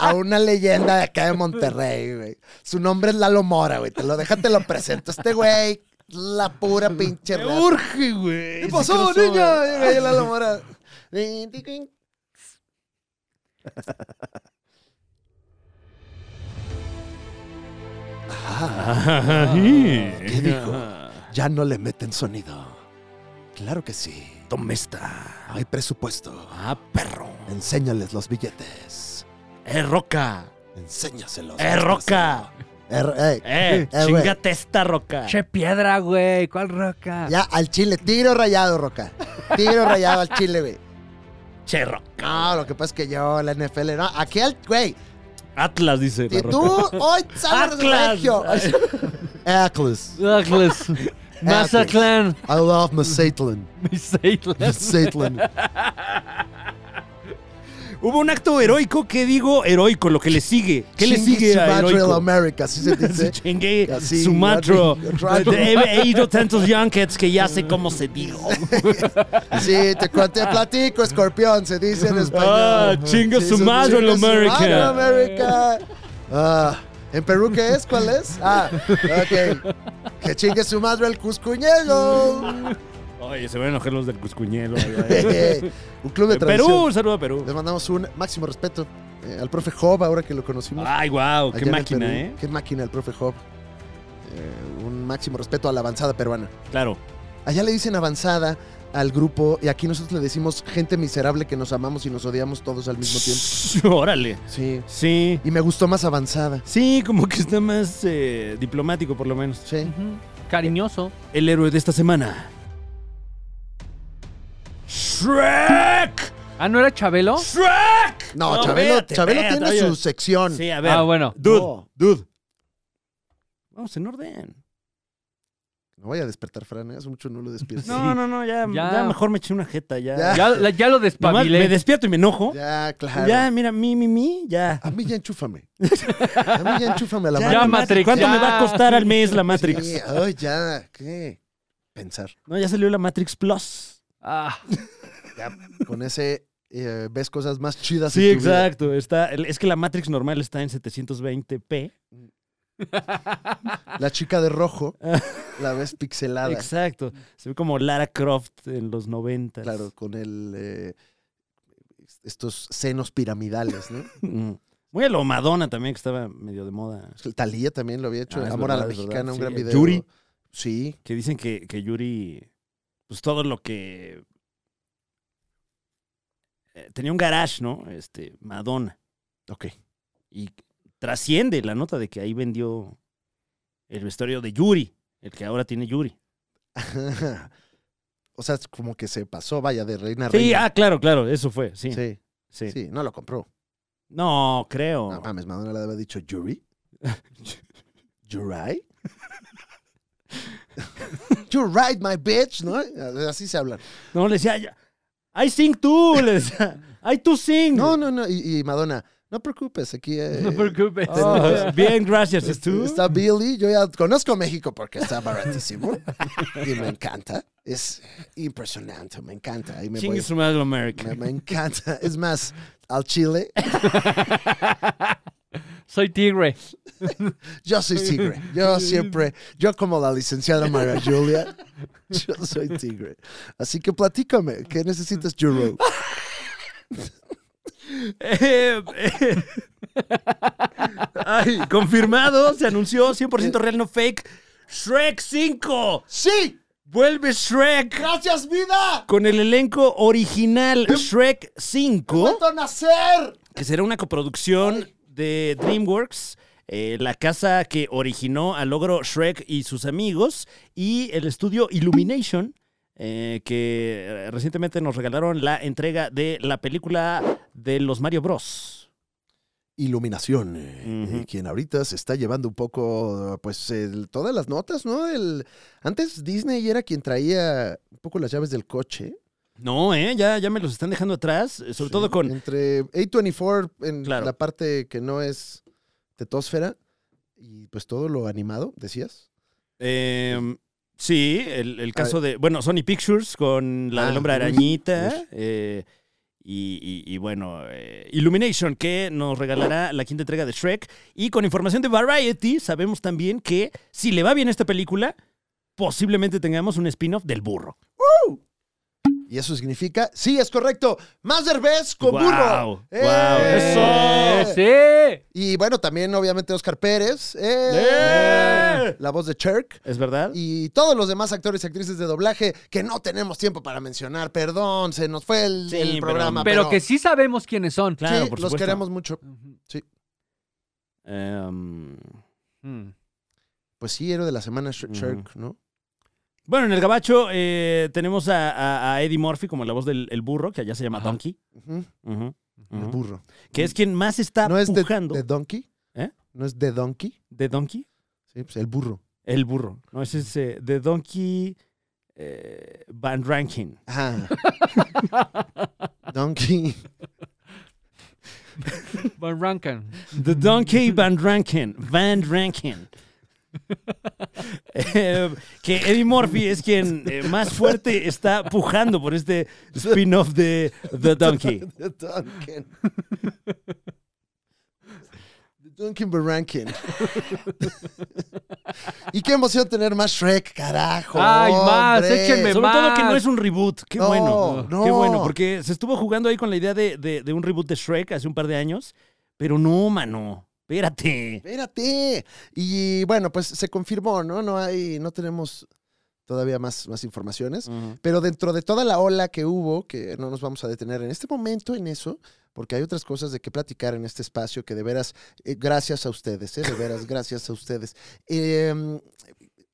B: a una leyenda de acá de Monterrey, güey. Su nombre es Lalo Mora, güey. Te lo déjate lo presento. Este güey, la pura pinche
A: Me
B: reata.
A: urge, güey.
B: ¿Qué
A: ese
B: pasó,
A: crossover.
B: niño? Y ahí Lalo Mora. Tin, tin, tin.
A: Ay,
E: ¿Qué dijo? Ya no le meten sonido. Claro que sí.
A: ¿Dónde está?
E: Hay presupuesto.
A: Ah, perro.
E: Enséñales los billetes.
A: Eh, Roca.
E: Enséñaselos.
A: Eh, Roca.
B: Er, ey,
A: Eh,
B: Eh, güey.
A: chingate esta, Roca.
C: Che, piedra, güey. ¿Cuál roca?
B: Ya, al chile. Tiro rayado, Roca. Tiro rayado al chile, güey.
A: Che, Roca.
B: No, lo que pasa es que yo, la NFL, no. Aquí, al- güey.
A: Atlas, dice
B: Si
A: La
B: tú
A: Roca.
B: hoy sabes
A: Atlas.
B: regio. Atlas.
C: Douglas. Mazaclan.
B: I love Mazatlan.
C: Mis seis-
B: Mazatlan.
A: Hubo un acto heroico que digo heroico, lo que le sigue. ¿Qué le
B: Chingue
A: sigue
B: su
A: a
B: madre
A: heroico?
B: America, así se
A: Se
B: dice.
A: chingue
B: Así,
A: su matro.
B: matro.
A: He, he ido tantos junkets que ya sé cómo se dijo.
B: Sí, te, cu- te platico, escorpión, se dice en español.
A: Ah, chinga
B: Sí,
A: su
B: se-
A: madre,
B: chinga su
A: America.
B: madre, America. Ah, ¿En Perú qué es? ¿Cuál es? Ah, ok. Que chingue su madre el cuscuñero.
A: Oye, se van a enojar los del Cuscuñelo.
B: Un club de tradición.
A: Perú, un saludo a Perú.
B: Les mandamos un máximo respeto eh, al profe Job, ahora que lo conocimos.
A: Ay, wow,
B: allá
A: Ah, qué
B: en el
A: máquina,
B: Perú.
A: ¿eh?
B: Qué máquina el profe Job. Eh, un máximo respeto a la avanzada peruana.
A: Claro.
B: Allá le dicen avanzada al grupo y aquí nosotros le decimos gente miserable que nos amamos y nos odiamos todos al mismo tiempo.
A: Órale.
B: Sí.
A: Sí.
B: Y me gustó más avanzada.
A: Sí, como que está más eh, diplomático, por lo menos.
B: Sí.
C: Ujú. Cariñoso.
A: El héroe de esta semana. ¡Shrek!
C: Ah, ¿no era Chabelo?
A: ¡Shrek!
B: No,
A: No,
B: Chabelo,
A: espérate,
B: Chabelo
A: espérate,
B: tiene
A: oye.
B: su sección.
A: Sí, a ver.
C: Ah, bueno.
A: Dude,
B: No.
A: dude. Vamos en orden.
B: No voy a despertar, Fran, ¿eh? hace mucho no lo despierto.
A: No, no, no, ya,
C: Ya.
A: ya mejor me eché una jeta, ya.
B: Ya.
C: Ya, la- ya lo
A: Nomás me
C: despabilé.
A: despierto y me enojo. Ya,
B: Ya, claro.
A: mira, mi, mi, mi, ya.
B: A mí ya enchúfame. A mí ya enchúfame a la
A: Ya,
B: madre.
A: la
C: Matrix,
A: ¿Cuánto
C: ya.
A: me va a costar al mes la Matrix?
B: Sí, ay, ya, ¿qué? Pensar.
A: No, ya salió la Matrix Plus.
C: Ah,
B: Ya, con ese eh, ves cosas más chidas.
A: Sí,
B: en tu vida.
A: exacto. Está, es que la Matrix normal está en 720p.
B: La chica de rojo la ves pixelada.
A: Exacto. Se ve como Lara Croft en los 90.
B: Claro, con el eh, estos senos piramidales, ¿no?
A: Mm. Muy a lo Madonna también, que estaba medio de moda.
B: Talía Pues también lo había hecho.
A: Ah, es
B: Amor a la
A: verdad, es verdad,
B: mexicana, un
A: sí.
B: gran video.
A: Yuri.
B: Sí.
A: Que dicen que, que Yuri, pues todo lo que... eh, Tenía un garage, ¿no? Este, Madonna.
B: Ok.
A: Y trasciende la nota de que ahí vendió el vestuario de Yuri, el que ahora tiene Yuri.
B: o sea, es como que se pasó, vaya, de reina a
A: Sí,
B: reina.
A: ah, claro, claro, eso fue, sí. Sí.
B: sí, sí, no lo compró.
A: No, creo.
B: No mames, Madonna le había dicho Yuri. You're right. You're right, my bitch, ¿no? Así se hablan.
A: No, le decía, "Ya- I sing tú, le decía, I tú sing.
B: No, no, no. Y, y Madonna, no preocupes, aquí. eh,
C: no te preocupes.
A: Oh, bien, gracias, ¿es
B: este,
A: tú?
B: Está Billy, yo ya conozco México porque está baratísimo y me encanta. Es impresionante, me encanta. Y me, voy-
A: Chingue su madre, America.
B: me, me encanta. Es más, al Chile,
C: Soy tigre.
B: yo soy tigre. Yo siempre, yo como la licenciada María Julia, yo soy tigre. Así que platícame, ¿qué necesitas, Juro?
A: Eh, eh. Ay, confirmado, se anunció 100% real, no fake. Shrek 5.
B: ¡Sí!
A: Vuelve Shrek
B: ¡Gracias, vida!
A: con el elenco original Shrek 5,
B: ¡Puedo nacer!
A: que será una coproducción de DreamWorks. eh, la casa que originó al logro Shrek y sus amigos y el estudio Illumination, eh, que eh, recientemente nos regalaron la entrega de la película de los Mario Bros.
B: Iluminación, eh,
A: Ujú.
B: eh, quien ahorita se está llevando un poco, pues, el- todas las notas, ¿no? El, antes Disney era quien traía un poco las llaves del coche.
A: No, eh, ya, ya me los están dejando atrás, eh, sobre
B: Sí.
A: todo con...
B: Entre A24 en
A: Claro.
B: la parte que no es tetósfera y pues todo lo animado, decías.
A: eh, sí, el, el caso de... Bueno, Sony Pictures con la
B: Ah,
A: del hombre
B: uy,
A: arañita. eh, y, y- y bueno, eh, Illumination, que nos regalará la quinta entrega de Shrek. Y con información de Variety, sabemos también que si le va bien a esta película, posiblemente tengamos un spin-off del burro.
B: Y eso significa, sí, es correcto, más Derbez con
A: ¡Guau!
B: burro. ¡Eh!
A: ¡Guau! ¡Eso!
C: ¡Sí!
B: Y bueno, también obviamente Oscar Pérez, ¡Eh!
A: ¡Eh!
B: la voz de Cherk.
A: ¿Es verdad?
B: Y todos los demás actores y actrices de doblaje que no tenemos tiempo para mencionar, perdón, se nos fue el,
A: Sí,
B: el
A: pero-
B: programa. Pero,
C: Pero que sí sabemos quiénes son.
B: sí,
A: Claro, por
B: los
A: supuesto.
B: queremos mucho.
A: Em,
C: Mm.
B: Pues sí, héroe de la semana Sh- Cherk, ¿no?
A: bueno, en el gabacho eh, tenemos a, a- a Eddie Murphy como la voz del el burro, que allá se llama
C: Ajá.
A: Donkey.
B: Ujú,
A: Ujú,
B: El
A: ujú.
B: burro.
A: Que es quien más está
B: ¿No es de,
A: pujando.
B: de Donkey?
A: ¿Eh?
B: ¿No es de Donkey?
A: ¿De Donkey?
B: Sí, pues el burro.
A: El burro. No, ese es eh, de Donkey eh, Van Rankin.
B: Ajá. Donkey.
C: Von Rankin.
A: The Donkey Van Rankin. Van Rankin. Eh, que Eddie Murphy es quien eh, más fuerte está pujando por este spin-off de The Donkey.
B: The Duncan. The Duncan Barrankin. y qué emoción tener más Shrek, carajo.
C: Ay, más,
B: hombre.
C: échenme
A: Sobre todo que no
C: más.
A: es un reboot. Qué
B: No,
A: bueno.
B: no.
A: Qué bueno, porque se estuvo jugando ahí con la idea de, de- de un reboot de Shrek hace un par de años. Pero no, mano. Espérate.
B: Espérate. Y bueno, pues se confirmó, ¿no? No hay, no tenemos todavía más, más informaciones. Pero dentro de toda la ola que hubo, que no nos vamos a detener en este momento en eso, porque hay otras cosas de qué platicar en este espacio que de veras, eh, gracias a ustedes, eh, de veras, gracias a ustedes. Eh,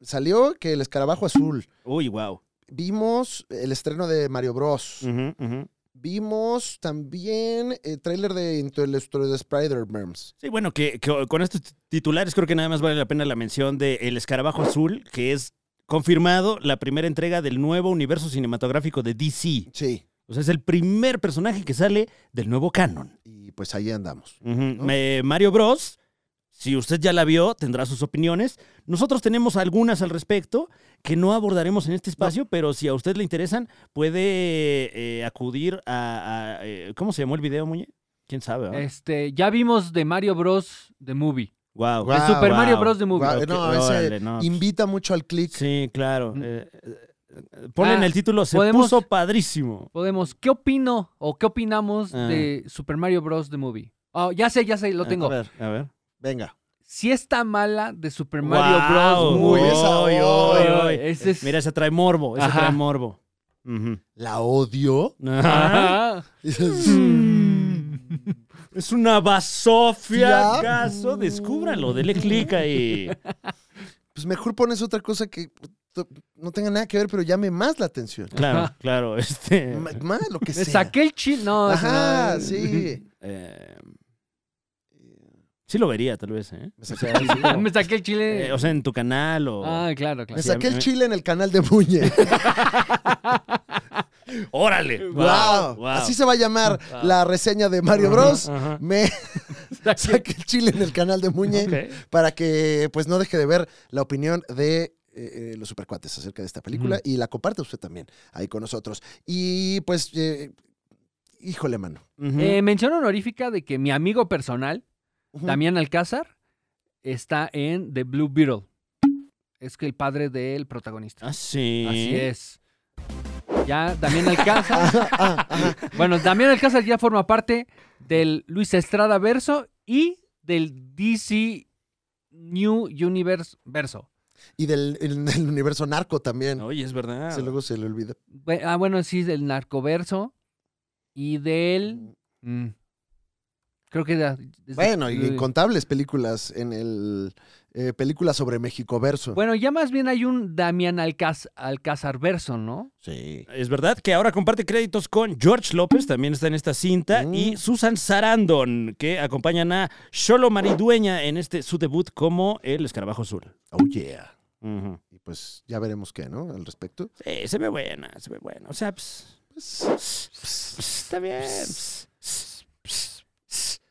B: salió que el escarabajo azul.
A: Uy, wow.
B: Vimos el estreno de Mario Bros.
A: Mm.
B: Vimos también el tráiler de Into the Story de Spider-Man.
A: Sí, bueno, que, que con estos titulares creo que nada más vale la pena la mención de El Escarabajo Azul, que es confirmado la primera entrega del nuevo universo cinematográfico de DC.
B: Sí.
A: O sea, es el primer personaje que sale del nuevo canon.
B: Y pues ahí andamos.
A: Ujú. Eh, Mario Bros. Si usted ya la vio, tendrá sus opiniones. Nosotros tenemos algunas al respecto que no abordaremos en este espacio, pero si a usted le interesan, puede eh, acudir a... a, eh, ¿Cómo se llamó el video, Muñe? ¿Quién sabe? ah?
C: Este, ya vimos de Mario Bros. The Movie.
A: Wow.
B: Guau,
C: de Super Mario
A: wow.
C: Bros. The Movie.
B: Guau,
A: ok,
B: no, ese
A: órale, no, pues.
B: invita mucho al click.
A: Sí, claro.
C: Mm.
A: Eh, eh, ponen
C: Ah,
A: el título, se
C: podemos-
A: puso padrísimo.
C: Podemos, ¿qué opino o qué opinamos
A: Ah.
C: de Super Mario Bros. The Movie? Oh, ya sé, ya sé, lo tengo.
A: A ver, a ver.
B: Venga.
C: Si está mala de Super Mario Bros.
A: Wow,
B: Uy,
C: Movie.
B: esa-
A: uy, uy, uy.
C: Ese es-
A: Eh, Mira, ese trae morbo, ese
C: Ajá.
A: trae morbo. Ujú.
B: La odio.
A: Ah,
C: Ajá. Mm.
A: Es una basofia,
B: Ya.
A: caso. Descúbralo, dele clic ahí.
B: Pues mejor pones otra cosa que t- no tenga nada que ver, pero llame más la atención.
A: Claro,
C: Ajá.
A: claro. Este,
B: M- Más lo que
C: Me
B: sea.
C: saqué el chip. No,
B: Ajá,
C: no.
B: sí.
A: eh, sí lo vería, tal vez. ¿eh?
B: Me saqué,
C: Me saqué el chile.
A: Eh, o sea, en tu canal o...
C: ah, claro,
B: me
C: claro.
B: saqué
A: a
B: el
A: mí-
B: chile en el canal de Muñe.
A: ¡Órale!
B: wow.
A: wow.
B: Así se va a llamar
A: Wow.
B: la reseña de Mario Bros.
A: Ajá.
B: Me
C: Saqué-
B: saqué el chile en el canal de Muñe
A: Ok.
B: para que pues no deje de ver la opinión de eh, eh, los supercuates acerca de esta película y la comparte usted también ahí con nosotros. Y pues, eh, híjole, mano.
A: Ujú.
C: Eh, mención honorífica de que mi amigo personal,
B: Ujú.
C: Damián Alcázar, está en The Blue Beetle. Es que el padre del protagonista.
A: Ah, sí.
C: Así es. Ya Damián Alcázar.
B: Ah, ajá.
C: bueno, Damián Alcázar ya forma parte del Luis Estrada Verso y del DC New Universe Verso.
B: Y del el- el universo narco también.
A: Oye, es verdad.
B: Se luego se le olvida.
C: Bue- Ah, bueno, sí, del Narcoverso y del. mm, creo que. da- es-
B: Bueno, y
C: eh,
B: incontables películas en el eh, películas sobre México verso.
C: Bueno, ya más bien hay un Damián Alcázar, Alcázar verso, ¿no?
B: sí.
A: Es verdad que ahora comparte créditos con George López, también está en esta cinta,
B: Mm.
A: y Susan Sarandon, que acompañan a Sholo Maridueña en este su debut como El Escarabajo Azul.
B: Oh yeah.
A: Ujú.
B: Y pues ya veremos qué, ¿no? Al respecto.
A: Sí, se ve buena, se ve buena. O sea, pues,
B: Pues,
A: pues, está bien. Pues, pues, pues,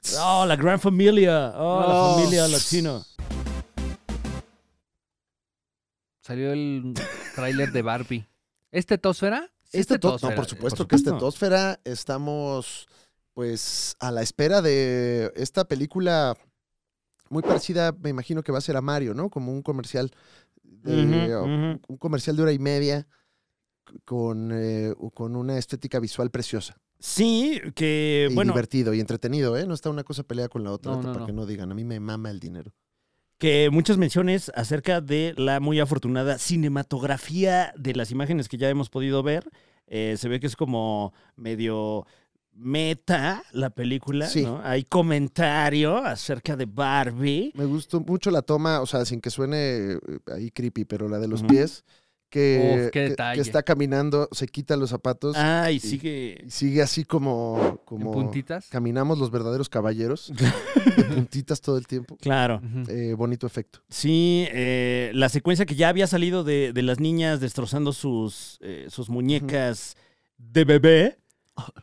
A: pues. Oh, la gran familia. Oh,
C: Oh.
A: la familia latino.
C: Salió el tráiler de Barbie. ¿Este Tosfera? Sí,
B: este to- no,
C: Tosfera,
B: por
C: eh,
B: supuesto
A: por
B: que este
A: supuesto.
B: Tosfera estamos pues a la espera de esta película muy parecida, me imagino que va a ser a Mario, ¿no? Como un comercial de,
A: Ujú, ujú.
B: un comercial de hora y media con, eh, con una estética visual preciosa.
A: Sí, que
B: y
A: bueno,
B: divertido y entretenido, ¿eh? No está una cosa peleada con la otra,
C: Eh, No,
B: neta,
C: no,
B: para
C: no.
B: que no digan. A mí me mama el dinero.
A: que muchas menciones acerca de la muy afortunada cinematografía de las imágenes que ya hemos podido ver. Eh, se ve que es como medio meta la película,
B: Sí.
A: ¿no? Hay comentario acerca de Barbie.
B: Me gustó mucho la toma, o sea, sin que suene eh, ahí creepy, pero la de los
A: Ujú.
B: pies, que,
C: Uf,
B: que-
C: qué
B: que,
C: detalle. Ah.
B: está caminando, se quita los zapatos
A: Ay,
B: sí.
A: sigue.
B: y sigue así como,
C: en
B: como
C: puntitas.
B: caminamos los verdaderos caballeros, de puntitas todo el tiempo.
A: Claro.
C: Ujú.
B: Eh, bonito efecto.
A: Sí, eh, la secuencia que ya había salido de, de las niñas destrozando sus, eh, sus muñecas de bebé.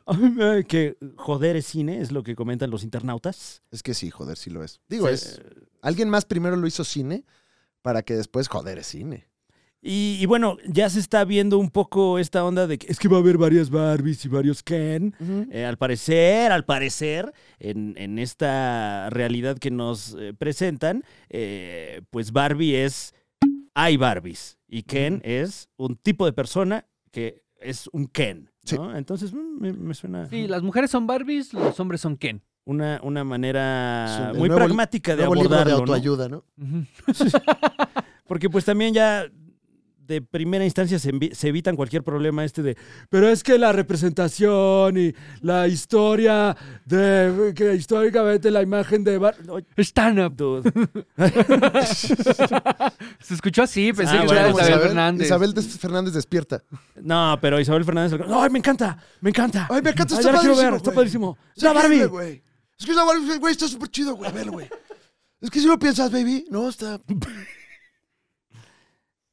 A: Ay, que joder es cine, es lo que comentan los internautas.
B: Es que sí, joder, sí lo es. Digo,
A: Se-
B: es. Alguien más primero lo hizo cine para que después, joder, es cine.
A: Y, y bueno, ya se está viendo un poco esta onda de que es que va a haber varias Barbies y varios Ken. Eh, al parecer, al parecer, en, en esta realidad que nos eh, presentan, eh, pues Barbie es. Hay Barbies. Y Ken es un tipo de persona que es un Ken.
B: Sí.
A: ¿no? Entonces, mm, me, me suena
C: Sí, las mujeres son Barbies, los hombres son Ken.
A: una, una
B: Es un-
A: manera
B: el
A: muy
B: nuevo li-
A: pragmática de
B: Nuevo libro de
A: abordarlo. ¿no?
B: autoayuda, ¿no?
C: Ujú.
A: Porque pues también ya de primera instancia se, envi- se evitan cualquier problema este de, pero es que la representación y la historia de que históricamente la imagen de Bar Oye,
C: Stand up.
A: dude.
C: Se escuchó así, pensé
A: Ah,
C: que
A: bueno,
C: era
A: como
C: Isabel Fernández.
B: Isabel des- Fernández despierta.
A: No, pero Isabel Fernández ¡Ay, me encanta! ¡Me encanta!
B: Ay, me encanta,
A: ya
B: está
A: la quiero
B: padrísimo,
A: ver, está
B: güey.
A: padrísimo.
B: Sí,
A: ¡La
B: increíble,
A: Barbie!
B: güey. Es que esa Barbie, güey, está súper chido, güey. Velo, güey. Es que si lo piensas, baby, no, está...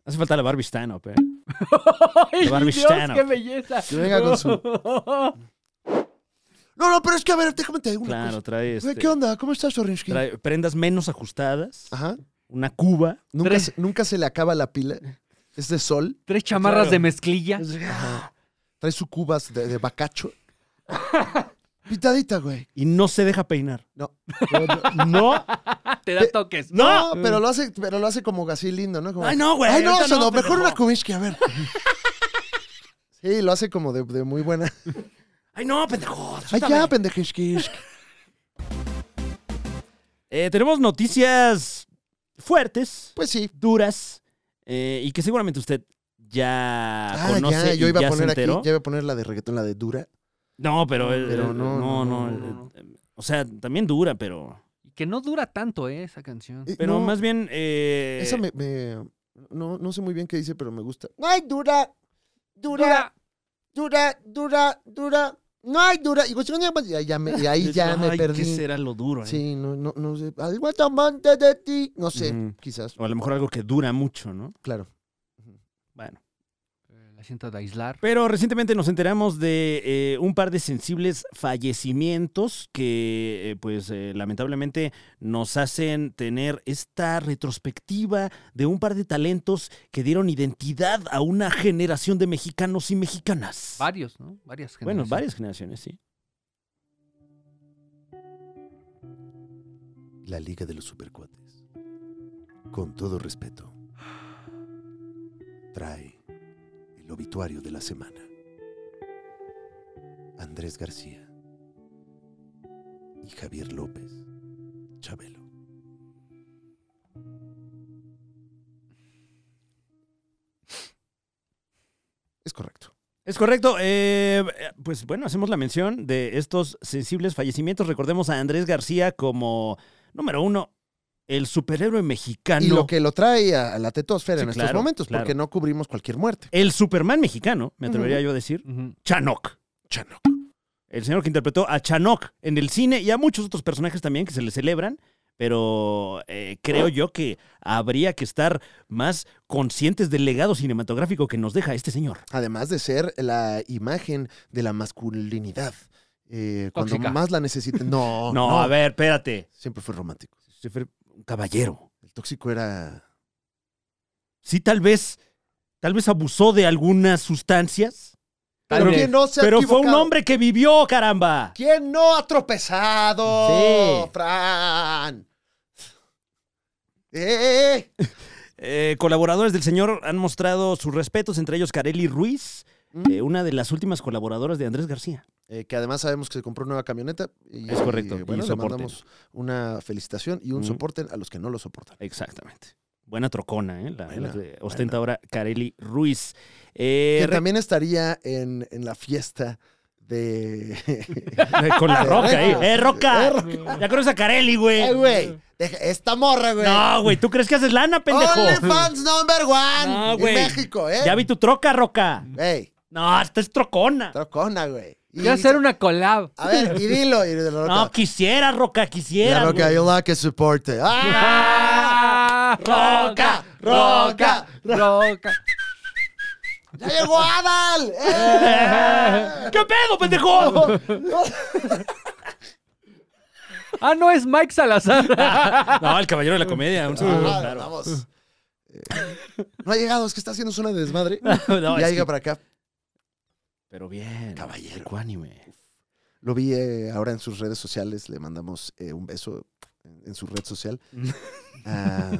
A: Hace falta la Barbie stand-up, eh.
C: ¡Ay,
A: De Barbie
C: Dios,
A: stand-up.
C: qué belleza!
B: Que venga con su- No, no, pero es que, a ver, déjame te digo una
A: Claro,
B: cosa.
A: trae,
B: pues, Güey,
A: este,
B: ¿Qué Ah. onda? ¿Cómo estás, Orinsky?
A: trae prendas menos ajustadas,
B: Ajá.
A: una cuba.
B: Nunca
C: Tres.
B: se, nunca se le acaba la pila. Es de sol.
C: Tres chamarras
A: Claro.
C: de mezclilla.
B: Ajá. Trae su cubas de, de bacacho. Pitadita, güey.
A: Y no se deja peinar.
B: No.
A: ¡No!
C: Te da toques.
A: ¡No!
B: No, pero lo hace, pero lo hace como así lindo, ¿no? Como,
A: ¡Ay, no, güey!
B: Ay, no,
A: ahorita
B: Sodo, mejor
A: pendejo.
B: una Kubinsky, a ver. Sí, lo hace como de, de muy buena.
A: ¡Ay, no, pendejo!
B: Ay,
A: suéltame.
B: ya, pendejishki.
A: Eh, tenemos noticias fuertes,
B: Pues sí.
A: duras, eh, y que seguramente usted ya
B: Ah,
A: conoce
B: ya, yo
A: y
B: iba
A: ya
B: a poner
A: se
B: aquí,
A: enteró.
B: ya iba a poner la de reggaetón, la de dura.
A: No, pero, eh,
B: Pero no,
A: no, no,
B: no, no, no.
A: eh, o sea, también dura, pero,
C: Y Que no dura tanto, ¿eh? Esa canción.
B: Eh,
A: pero
B: no,
A: más bien eh,
B: Esa me... me- no, no sé muy bien qué dice, pero me gusta. No hay dura, dura,
C: Dura.
B: dura, dura, dura. No hay dura. Y cuestión de- ya, ya me- y ahí ya me
A: Ay,
B: perdí.
A: ¿Qué será lo duro? eh?
B: Sí, no, no, no sé. Algo amante de ti. No sé,
A: Ujú.
B: quizás.
A: O a lo mejor algo que dura mucho, ¿no?
B: Claro.
A: Bueno.
C: Eh, La siento de aislar.
A: Pero recientemente nos enteramos de eh, un par de sensibles fallecimientos que, eh, pues, eh, lamentablemente nos hacen tener esta retrospectiva de un par de talentos que dieron identidad a una generación de mexicanos y mexicanas.
C: Varios, ¿no? Varias
A: bueno,
C: generaciones.
A: varias generaciones, sí.
E: La Liga de los Supercuates. Con todo respeto. Trae el obituario de la semana. Andrés García y Javier López Chabelo.
B: Es correcto.
A: Es correcto. eh, pues bueno, hacemos la mención de estos sensibles fallecimientos. Recordemos a Andrés García como, número uno, el superhéroe mexicano.
B: Y lo que lo trae a a la tetosfera
A: Ah, Sí,
B: en estos
A: claro,
B: momentos,
A: claro.
B: porque no cubrimos cualquier muerte.
A: El Superman mexicano, me atrevería
B: Ujú.
A: yo a decir.
C: Ujú.
A: Chanok.
E: Chanok.
A: El señor que interpretó a Chanok en el cine y a muchos otros personajes también que se le celebran. Pero eh, creo yo que habría que estar más conscientes del legado cinematográfico que nos deja este señor.
B: Además de ser la imagen de la masculinidad. eh, cuando
C: Tóxica.
B: más la necesiten. No,
A: No,
B: Oh, no,
A: a ver, espérate.
B: Siempre fue romántico.
A: Se fue Un caballero.
B: El tóxico era.
A: Sí, tal vez. Tal vez abusó de algunas sustancias.
C: Tal
B: Pero
C: vez.
B: quien no se ha
A: Pero fue un
B: equivocado?
A: hombre que vivió, caramba.
B: ¿Quién no ha tropezado?
A: Sí.
B: Fran. ¡Eh!
A: Eh, colaboradores del señor han mostrado sus respetos, entre ellos Carely Ruiz,
B: Mm.
A: eh, una de las últimas colaboradoras de Andrés García.
B: Eh, que además sabemos que se compró nueva camioneta. Y,
A: Es correcto,
B: y,
A: y
B: bueno, le
A: soporten.
B: mandamos una felicitación y un
A: Ujú.
B: soporte a los que no lo soportan.
A: Exactamente. Buena trocona, ¿eh? La,
B: Buena,
A: la que ostenta ahora Carely Ruiz. Eh,
B: Que
A: re-
B: también estaría en, en la fiesta de.
A: con la roca, ¿eh? ¡Eh, roca!
B: Eh, Roca.
A: Ya conoces a Carely, güey.
B: ¡Eh, güey! deja- Esta morra, güey.
A: No, güey, ¿tú crees que haces lana, pendejo?
B: fans number one
A: No,
B: en
A: güey.
B: México, ¿eh?
A: Ya vi tu troca, roca.
B: Ey,
A: No, esta es trocona.
B: trocona, güey. Y-
C: Quiero hacer una collab.
B: A ver, y dilo. Y de la roca.
A: No, quisiera, roca, quisiera.
B: la roca,
A: güey.
B: yo la que soporte. ¡Ah!
C: ¡Ah!
B: Roca, roca,
C: roca.
B: ¡Ya llegó Adal! ¡Eh!
A: ¿Qué pedo, pendejo?
C: Ah, no, es Mike
A: Ah,
C: Salazar.
A: No, el caballero de la comedia. Un saludo,
B: Ah,
A: claro.
B: vamos. Eh, No ha llegado, es que está haciendo zona de desmadre.
A: No,
B: ya
A: es
B: llega
A: que-
B: para acá.
A: Pero bien.
B: Caballero.
A: Ecuánime.
B: Lo vi eh, ahora en sus redes sociales. Le mandamos eh, un beso en, en su red social.
A: Mm.
B: Ah,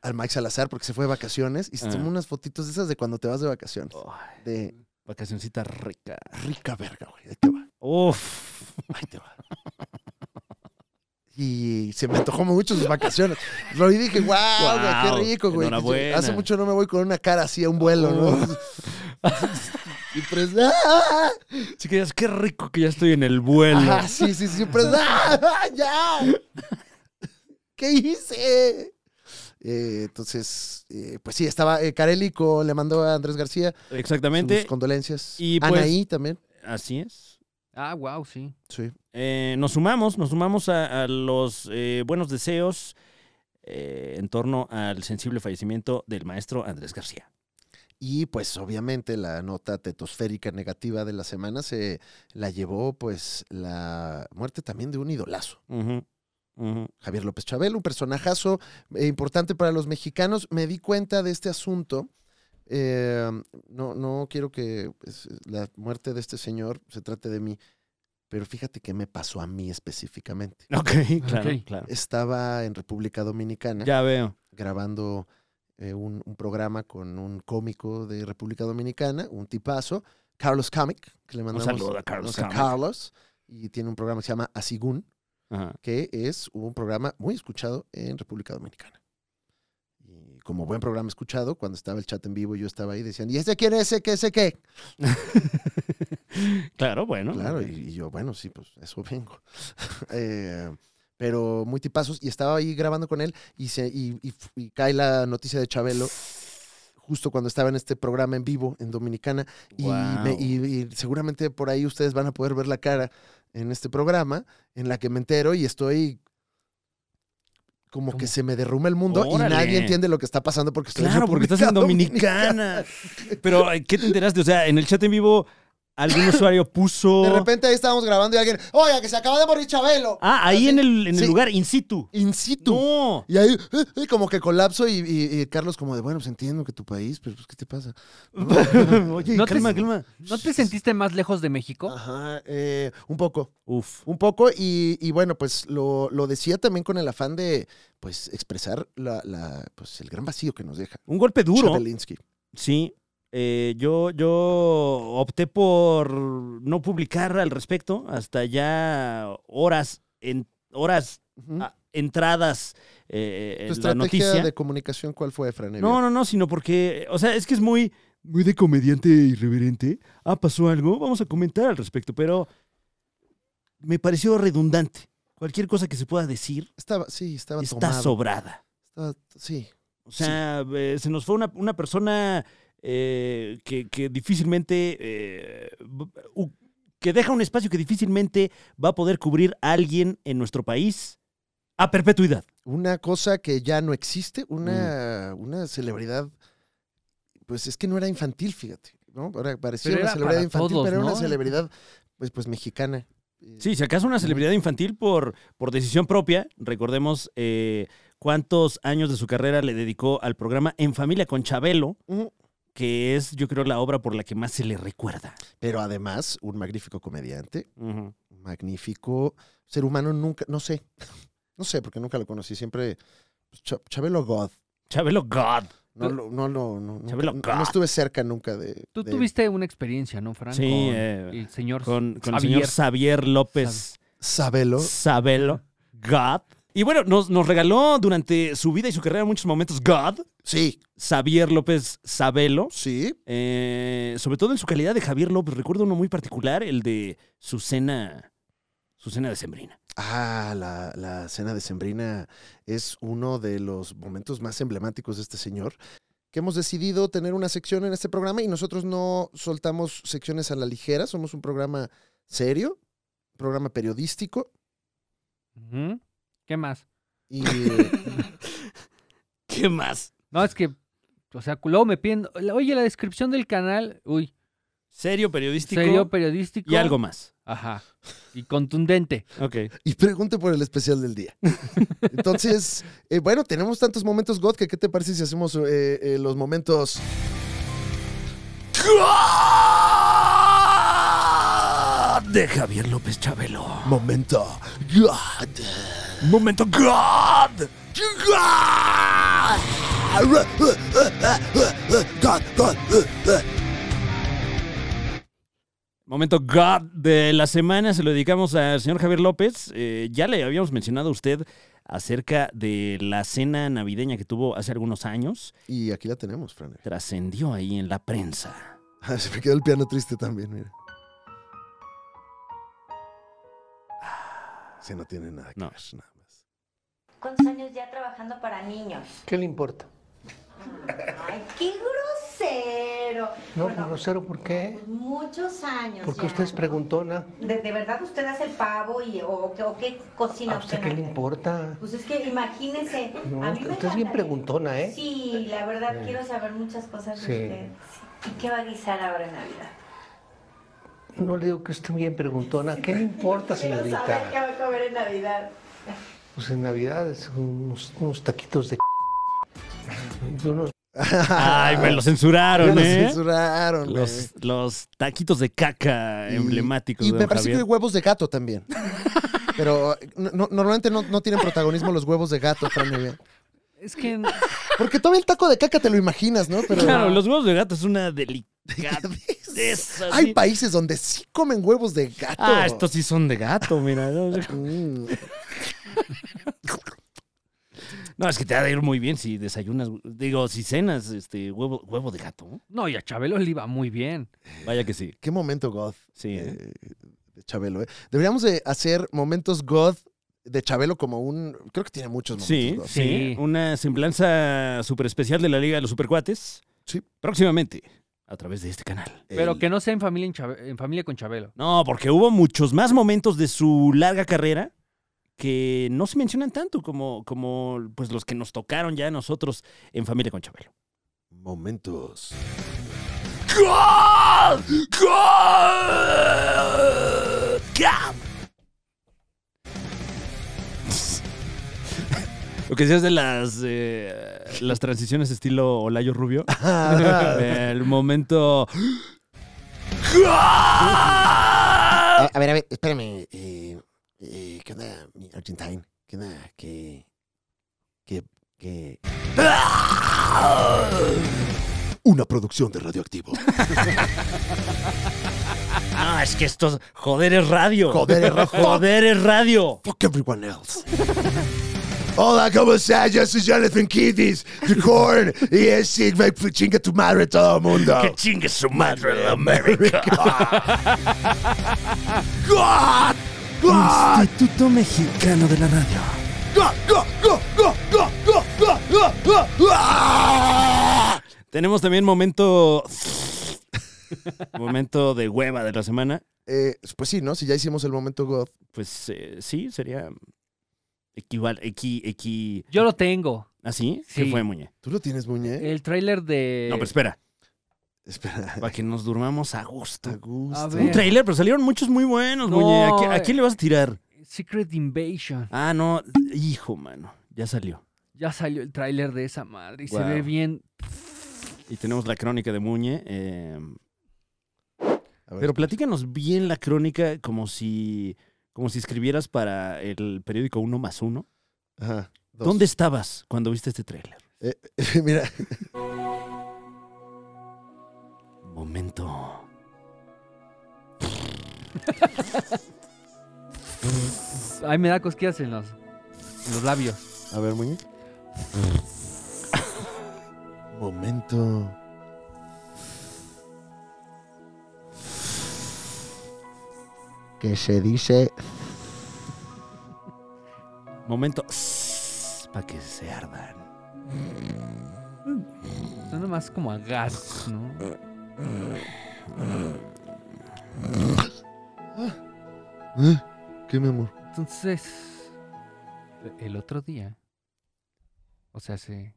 B: al Mike Salazar, porque se fue de vacaciones y se
A: Ah. Oh.
B: tomó unas fotitos de esas de cuando te vas de vacaciones.
A: Ay,
B: De
A: vacacioncita rica.
B: rica verga, güey. Ahí te va,
A: Uf.
B: ahí te va. Y se me antojó mucho sus vacaciones. Lo vi y dije, wow,
A: Guau,
B: qué rico, güey.
A: enhorabuena.
B: Hace mucho no me voy con una cara así a un vuelo, ¿no?
A: Oh.
B: y pues, ¡ah!
A: Sí que dices, qué rico que ya estoy en el vuelo.
B: Ajá, sí, sí, siempre. ¡Ah, ¡Ya! ¿Qué hice? Eh, entonces, eh, pues sí, estaba eh, Carélico, le mandó a Andrés García sus
A: Exactamente.
B: condolencias.
A: Y pues-
B: Anaí también.
A: Así es.
C: Ah, wow, sí.
B: Sí.
A: Eh, nos sumamos, nos sumamos a, a los eh, buenos deseos eh, en torno al sensible fallecimiento del maestro Andrés García.
B: Y pues obviamente la nota tetosférica negativa de la semana se la llevó pues la muerte también de un idolazo.
A: Ujú, ujú.
B: Javier López Chabel, un personajazo eh, importante para los mexicanos. Me di cuenta de este asunto. Eh, no, no quiero que pues, la muerte de este señor se trate de mí, pero fíjate que me pasó a mí específicamente.
A: Ok, claro,
C: Ok.
A: claro.
B: Estaba en República Dominicana
A: Ya veo.
B: grabando eh, un, un programa con un cómico de República Dominicana, un tipazo, Carlos Kamek, que le mandamos
A: saludo a Carlos Kamek.
B: Carlos, y tiene un programa que se llama Asigún,
A: Ajá.
B: que es un programa muy escuchado en República Dominicana. Y como buen programa escuchado, cuando estaba el chat en vivo, yo estaba ahí, decían, ¿y este quién es ese, qué, ese qué?
A: Claro, bueno.
B: Claro, y, y yo, bueno, sí, pues eso vengo. Eh, pero muy tipazos, y estaba ahí grabando con él, y, se, y, y- y cae la noticia de Chabelo, justo cuando estaba en este programa en vivo en Dominicana, Y,
A: Guau.
B: me- y- y seguramente por ahí ustedes van a poder ver la cara en este programa en la que me entero y estoy como
C: ¿Cómo?
B: que se me derrumba el mundo
A: Órale.
B: y nadie entiende lo que está pasando porque estoy
A: Claro, porque estás en
B: República
A: Dominicana. Pero, ay, ¿qué te enteraste? O sea, en el chat en vivo, algún usuario puso.
B: Dominicana. De repente ahí estábamos grabando y alguien, oiga, que se acaba de morir Chabelo.
A: Ah, ahí
B: Así.
A: en el, en el
B: Sí.
A: lugar, in situ.
B: In situ.
A: No.
B: Y ahí eh, eh, como que colapso y, y- y Carlos como de, bueno, pues entiendo que tu país, pero pues, ¿qué te pasa?
A: Oye,
C: No te-
A: calma, calma.
C: ¿No te sentiste más lejos de
A: Ah,
C: México?
B: Ajá, eh, un poco.
A: Uf.
B: Un poco, y, y bueno, pues lo, lo decía también con el afán de pues expresar la, la, pues, el gran vacío que nos deja.
A: Un golpe duro.
B: Chabelinsky.
A: Sí. Eh, yo, yo opté por no publicar al respecto hasta ya horas, en, horas
B: Ujú.
A: ah, entradas eh,
B: ¿Tu
A: en la
B: estrategia
A: noticia.
B: de comunicación cuál fue, Fran? Evia?
A: No, no, no, sino porque, o sea, es que es muy, muy de comediante irreverente. Ah, pasó algo, vamos a comentar al respecto, pero me pareció redundante. Cualquier cosa que se pueda decir
B: Estaba, sí, estaba
A: está
B: tomado.
A: sobrada.
B: Estaba- sí.
A: O sea, eh, se nos fue una, una persona eh, que, que difícilmente. eh, b- u- que deja un espacio que difícilmente va a poder cubrir a alguien en nuestro país a perpetuidad.
B: Una cosa que ya no existe, una,
A: Mm.
B: una celebridad, pues es que no era infantil, fíjate. ¿no? Ahora parecía
C: Pero
B: una
C: era
B: celebridad
C: para
B: infantil,
C: todos,
B: pero era
C: ¿no?
B: una celebridad, pues, pues mexicana. Eh,
A: Sí, si acaso una celebridad infantil por, por decisión propia, recordemos eh, cuántos años de su carrera le dedicó al programa En Familia con Chabelo,
B: Ujú.
A: que es, yo creo, la obra por la que más se le recuerda.
B: Pero además, un magnífico comediante, magnífico ser humano, nunca, no sé, no sé, porque nunca lo conocí, siempre pues, Cha- Chabelo God.
A: Chabelo God.
B: No, lo- no, lo- no, nunca-
A: Chabelo
B: no-
A: God.
B: no estuve cerca nunca de...
C: Tú
B: de-
C: tuviste una experiencia, ¿no, Franco?
A: Sí, eh,
C: el señor.
A: Con, con el
C: Xavier.
A: señor Xavier López.
B: Sabelo.
A: Sabelo, God. Y bueno, nos, nos regaló durante su vida y su carrera en muchos momentos God,
B: Sí,
A: Xavier López Sabelo,
B: sí.
A: eh, sobre todo en su calidad de Javier López. Recuerdo uno muy particular, el de su cena, su cena decembrina.
B: Ah, la, la cena de Sembrina es uno de los momentos más emblemáticos de este señor. Que hemos decidido tener una sección en este programa y nosotros no soltamos secciones a la ligera. Somos un programa serio, un programa periodístico
C: Ujú. ¿Qué más?
B: y
A: ¿Qué más?
C: No, es que O sea, luego me piden, oye, la descripción del canal, uy,
A: Serio, periodístico
C: serio periodístico.
A: y algo más.
C: Ajá. Y contundente.
A: Ok.
B: Y pregunte por el especial del día. Entonces, eh, bueno, tenemos tantos momentos God que qué te parece si hacemos eh, eh, los momentos...
A: De Javier López Chabelo.
B: Momento God.
A: Momento God.
B: God, God.
A: Momento God de la semana se lo dedicamos al señor Javier López. Eh, ya le habíamos mencionado a usted acerca de la cena navideña que tuvo hace algunos años.
B: Y aquí la tenemos, Fran.
A: Trascendió ahí en la prensa.
B: Se me quedó el piano triste también, mira. Sí, Ah, no tiene nada que
A: No.
B: ver, nada más.
F: ¿Cuántos años ya trabajando para niños?
G: ¿Qué le importa?
F: Ay, qué grosero.
G: No,
F: Bueno,
G: grosero, ¿por qué?
F: pues muchos años.
G: Porque
F: ya,
G: usted es
F: ¿no?
G: preguntona.
F: ¿De, de verdad usted hace el pavo y, o, o qué- o qué cocina
G: Ah, pues, ¿A usted qué le
F: Manuel?
G: importa?
F: Pues es que imagínese.
G: No,
F: a mí me
G: usted es bien
F: encantaría-
G: preguntona, ¿eh?
F: Sí, la verdad quiero saber muchas cosas
G: Sí.
F: de usted. Sí. ¿Y qué va a guisar ahora en Navidad?
G: No le digo que esté bien preguntona. ¿Qué le importa,
F: Quiero saber qué
G: señorita?
F: va a comer en Navidad.
G: Pues en Navidad es unos, unos taquitos de... y unos-
A: Ay, me lo censuraron,
B: Ya nos
A: ¿eh?
B: censuraron, güey.
A: Los, los taquitos de caca
B: Y-
A: emblemáticos.
B: Y
A: de
B: me
A: don
B: parece que
A: Javier.
B: hay huevos de gato también. Pero eh, no- no- normalmente no, no tienen protagonismo los huevos de gato, Fran Evia.
C: Es que
B: Porque todavía el taco de caca te lo imaginas, ¿no? Pero
A: Claro, los huevos de gato es una delicadeza.
B: hay
A: sí.
B: países donde sí comen huevos de gato.
A: Ah, estos sí son de gato, mira. No,
B: Mm.
A: No, es que te ha de ir muy bien si desayunas, digo, si cenas este huevo, huevo de gato. ¿no?
C: no, y a Chabelo le iba muy bien.
A: Vaya que sí.
B: Qué momento God
A: Sí. ¿eh?
B: eh, de Chabelo, ¿eh? Deberíamos de hacer momentos God de Chabelo como un... Creo que tiene muchos momentos
A: Sí,
B: God.
A: sí,
C: Sí.
A: Una semblanza super especial de la Liga de los Supercuates.
B: Sí.
A: Próximamente, a través de este canal.
C: Pero
B: El-
C: que no sea en familia, en, Chabe- en familia con Chabelo.
A: No, porque hubo muchos más momentos de su larga carrera que no se mencionan tanto como, como pues, los que nos tocaron ya a nosotros en Familia con Chabelo.
E: Momentos.
A: Lo que decías de las, eh, las transiciones estilo Olayo Rubio. el momento...
E: A, a ver, a ver, espérame. eh, eh, ¿Qué onda, mi Argentine? ¿Qué onda? ¿Qué? ¿Qué? ¿Qué? Una producción de Radioactivo.
A: Ah, es que estos... Joder es radio.
B: Joder, es ra-
A: Joder es radio.
E: Fuck everyone else.
B: Hola, ¿cómo estás? Yo soy Jonathan Kittis, The Corn, y es Sigma, chinga tu madre todo el mundo.
A: Que chingue su madre de América. Instituto Mexicano de la Radio. ¡Ah! Tenemos también momento. momento de hueva de la semana.
B: Eh, pues sí, ¿no? Si ya hicimos el momento God.
A: Pues eh, sí, sería. Equival. Equi. equi
C: Yo lo tengo.
A: ¿Así? ¿Qué
C: Sí.
A: fue, Muñe?
B: ¿Tú lo tienes, Muñe?
C: El tráiler de...
A: No, pues pero espera.
B: Espera.
A: Para que nos durmamos a gusto.
C: A
A: Un
C: ver.
A: trailer, pero salieron muchos muy buenos,
C: No,
A: Muñe. ¿A qui- ¿A
C: eh.
A: quién le vas a tirar?
C: Secret Invasion.
A: Ah, no. Hijo, mano. Ya salió.
C: Ya salió el tráiler de esa madre y se
A: Guau.
C: ve bien.
A: Y tenemos la crónica de Muñe. eh,
B: A ver.
A: pero platícanos bien la crónica como si, como si escribieras para el periódico 1 más 1.
B: Ajá, dos.
A: ¿Dónde estabas cuando viste este tráiler?
B: Mira,
A: Momento.
C: Ay, me da cosquillas en los, en los labios.
B: a ver, Muñe. Momento.
E: Que se dice
A: Momento. Para que se ardan.
C: Suena más como a gas, ¿no?
B: ¿Eh? ¿Qué, mi amor?
C: Entonces, el otro día, o sea, hace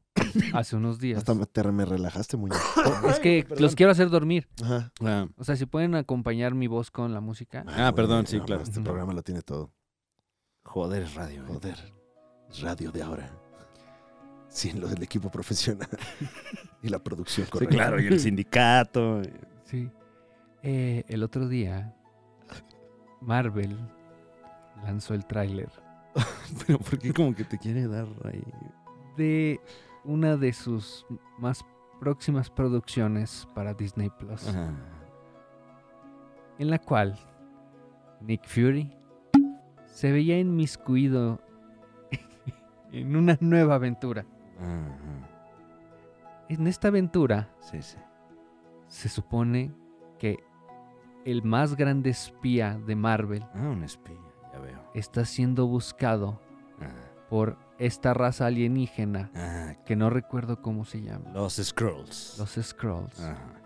C: hace unos días.
E: Hasta me, te- me relajaste, muñeco.
C: Es que los quiero hacer dormir.
E: Ajá.
A: Ah,
C: O sea, si pueden acompañar mi voz con la música.
A: Ah,
E: Bueno,
A: perdón, sí,
E: no,
A: claro.
E: Este programa lo tiene todo.
A: Joder, es radio. eh.
E: Joder, radio de ahora. Sin lo del equipo profesional y la producción
A: Sí,
E: correcta.
A: claro, y el sindicato. eh.
C: Sí. Eh, el otro día, Marvel lanzó el tráiler
A: Pero ¿por qué como que te quiere dar ahí?
C: de una de sus más próximas producciones para Disney
A: pues,
C: Plus,
A: Ajá.
C: en la cual Nick Fury se veía inmiscuido en una nueva aventura.
A: Ajá.
C: En esta aventura
A: Sí, sí.
C: se supone que el más grande espía de Marvel
A: Ah, un espía, ya veo.
C: está siendo buscado
A: Ah,
C: por esta raza alienígena
A: ah,
C: que no recuerdo cómo se llama.
A: los Scrolls.
C: Los Scrolls.
A: Ajá.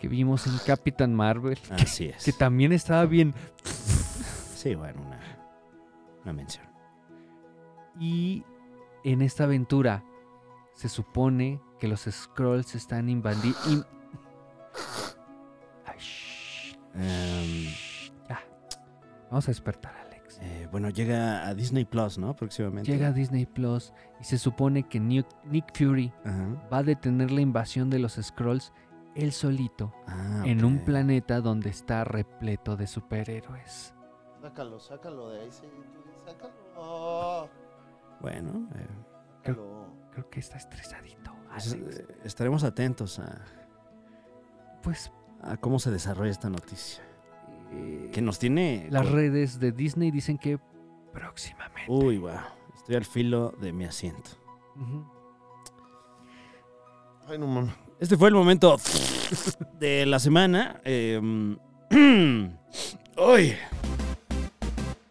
C: Que vimos en Capitán Marvel.
A: Así es.
C: Que también estaba bien.
A: Sí, bueno, una, una mención.
C: Y en esta aventura se supone que los Scrolls están invadiendo.
A: Em,
C: Vamos a despertar, Alex.
A: eh, bueno, llega a Disney Plus, ¿no? Próximamente.
C: Llega Disney Plus y se supone que Nick Nick Fury
A: Ajá.
C: va a detener la invasión de los Scrolls él solito
A: Ah,
C: en un
A: ok.
C: planeta donde está repleto de superhéroes.
E: Sácalo, sácalo de ahí, sí, tú, sácalo.
A: Bueno, eh,
E: Sácalo.
C: Creo que está estresadito.
A: pues,
C: Alex.
A: eh, estaremos atentos a,
C: Pues
A: a cómo se desarrolla esta noticia.
C: eh,
A: Que nos tiene...
C: las
A: con-
C: redes de Disney dicen que próximamente.
A: Uy, wow. Estoy al filo de mi asiento.
C: Ujú.
E: Ay, no mames.
A: Este fue el momento de la semana. Em, ¡Uy!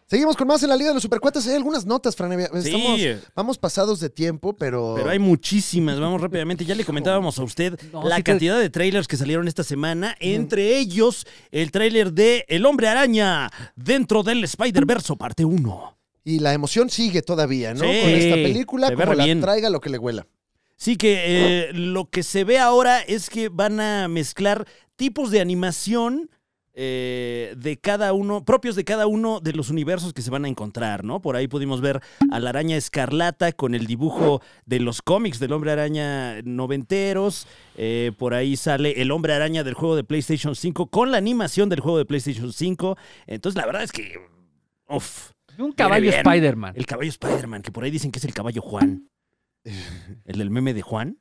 B: Seguimos con más en la Liga de los Supercuates. Hay algunas notas, Fran. Estamos,
A: Sí,
B: Vamos pasados de tiempo, pero...
A: pero hay muchísimas. Vamos rápidamente. Ya le comentábamos a usted
C: No,
A: la
C: sí te-
A: cantidad de trailers que salieron esta semana. Entre ellos, el trailer de El Hombre Araña dentro del Spider-Verse, parte 1.
B: Y la emoción sigue todavía, ¿no?
A: Sí.
B: Con esta
A: Sí.
B: película,
A: Se ve
B: como
A: re
B: la
A: bien.
B: traiga lo que le huela.
A: Sí, que eh, lo que se ve ahora es que van a mezclar tipos de animación eh, de cada uno, propios de cada uno de los universos que se van a encontrar, ¿no? Por ahí pudimos ver a la araña escarlata con el dibujo de los cómics del hombre araña noventeros. Eh, por ahí sale el hombre araña del juego de PlayStation 5 con la animación del juego de PlayStation 5. Entonces, la verdad es que. Uf.
C: Y un caballo
A: bien.
C: Spider-Man.
A: El caballo Spider-Man, que por ahí dicen que es el caballo Juan. El del meme de Juan.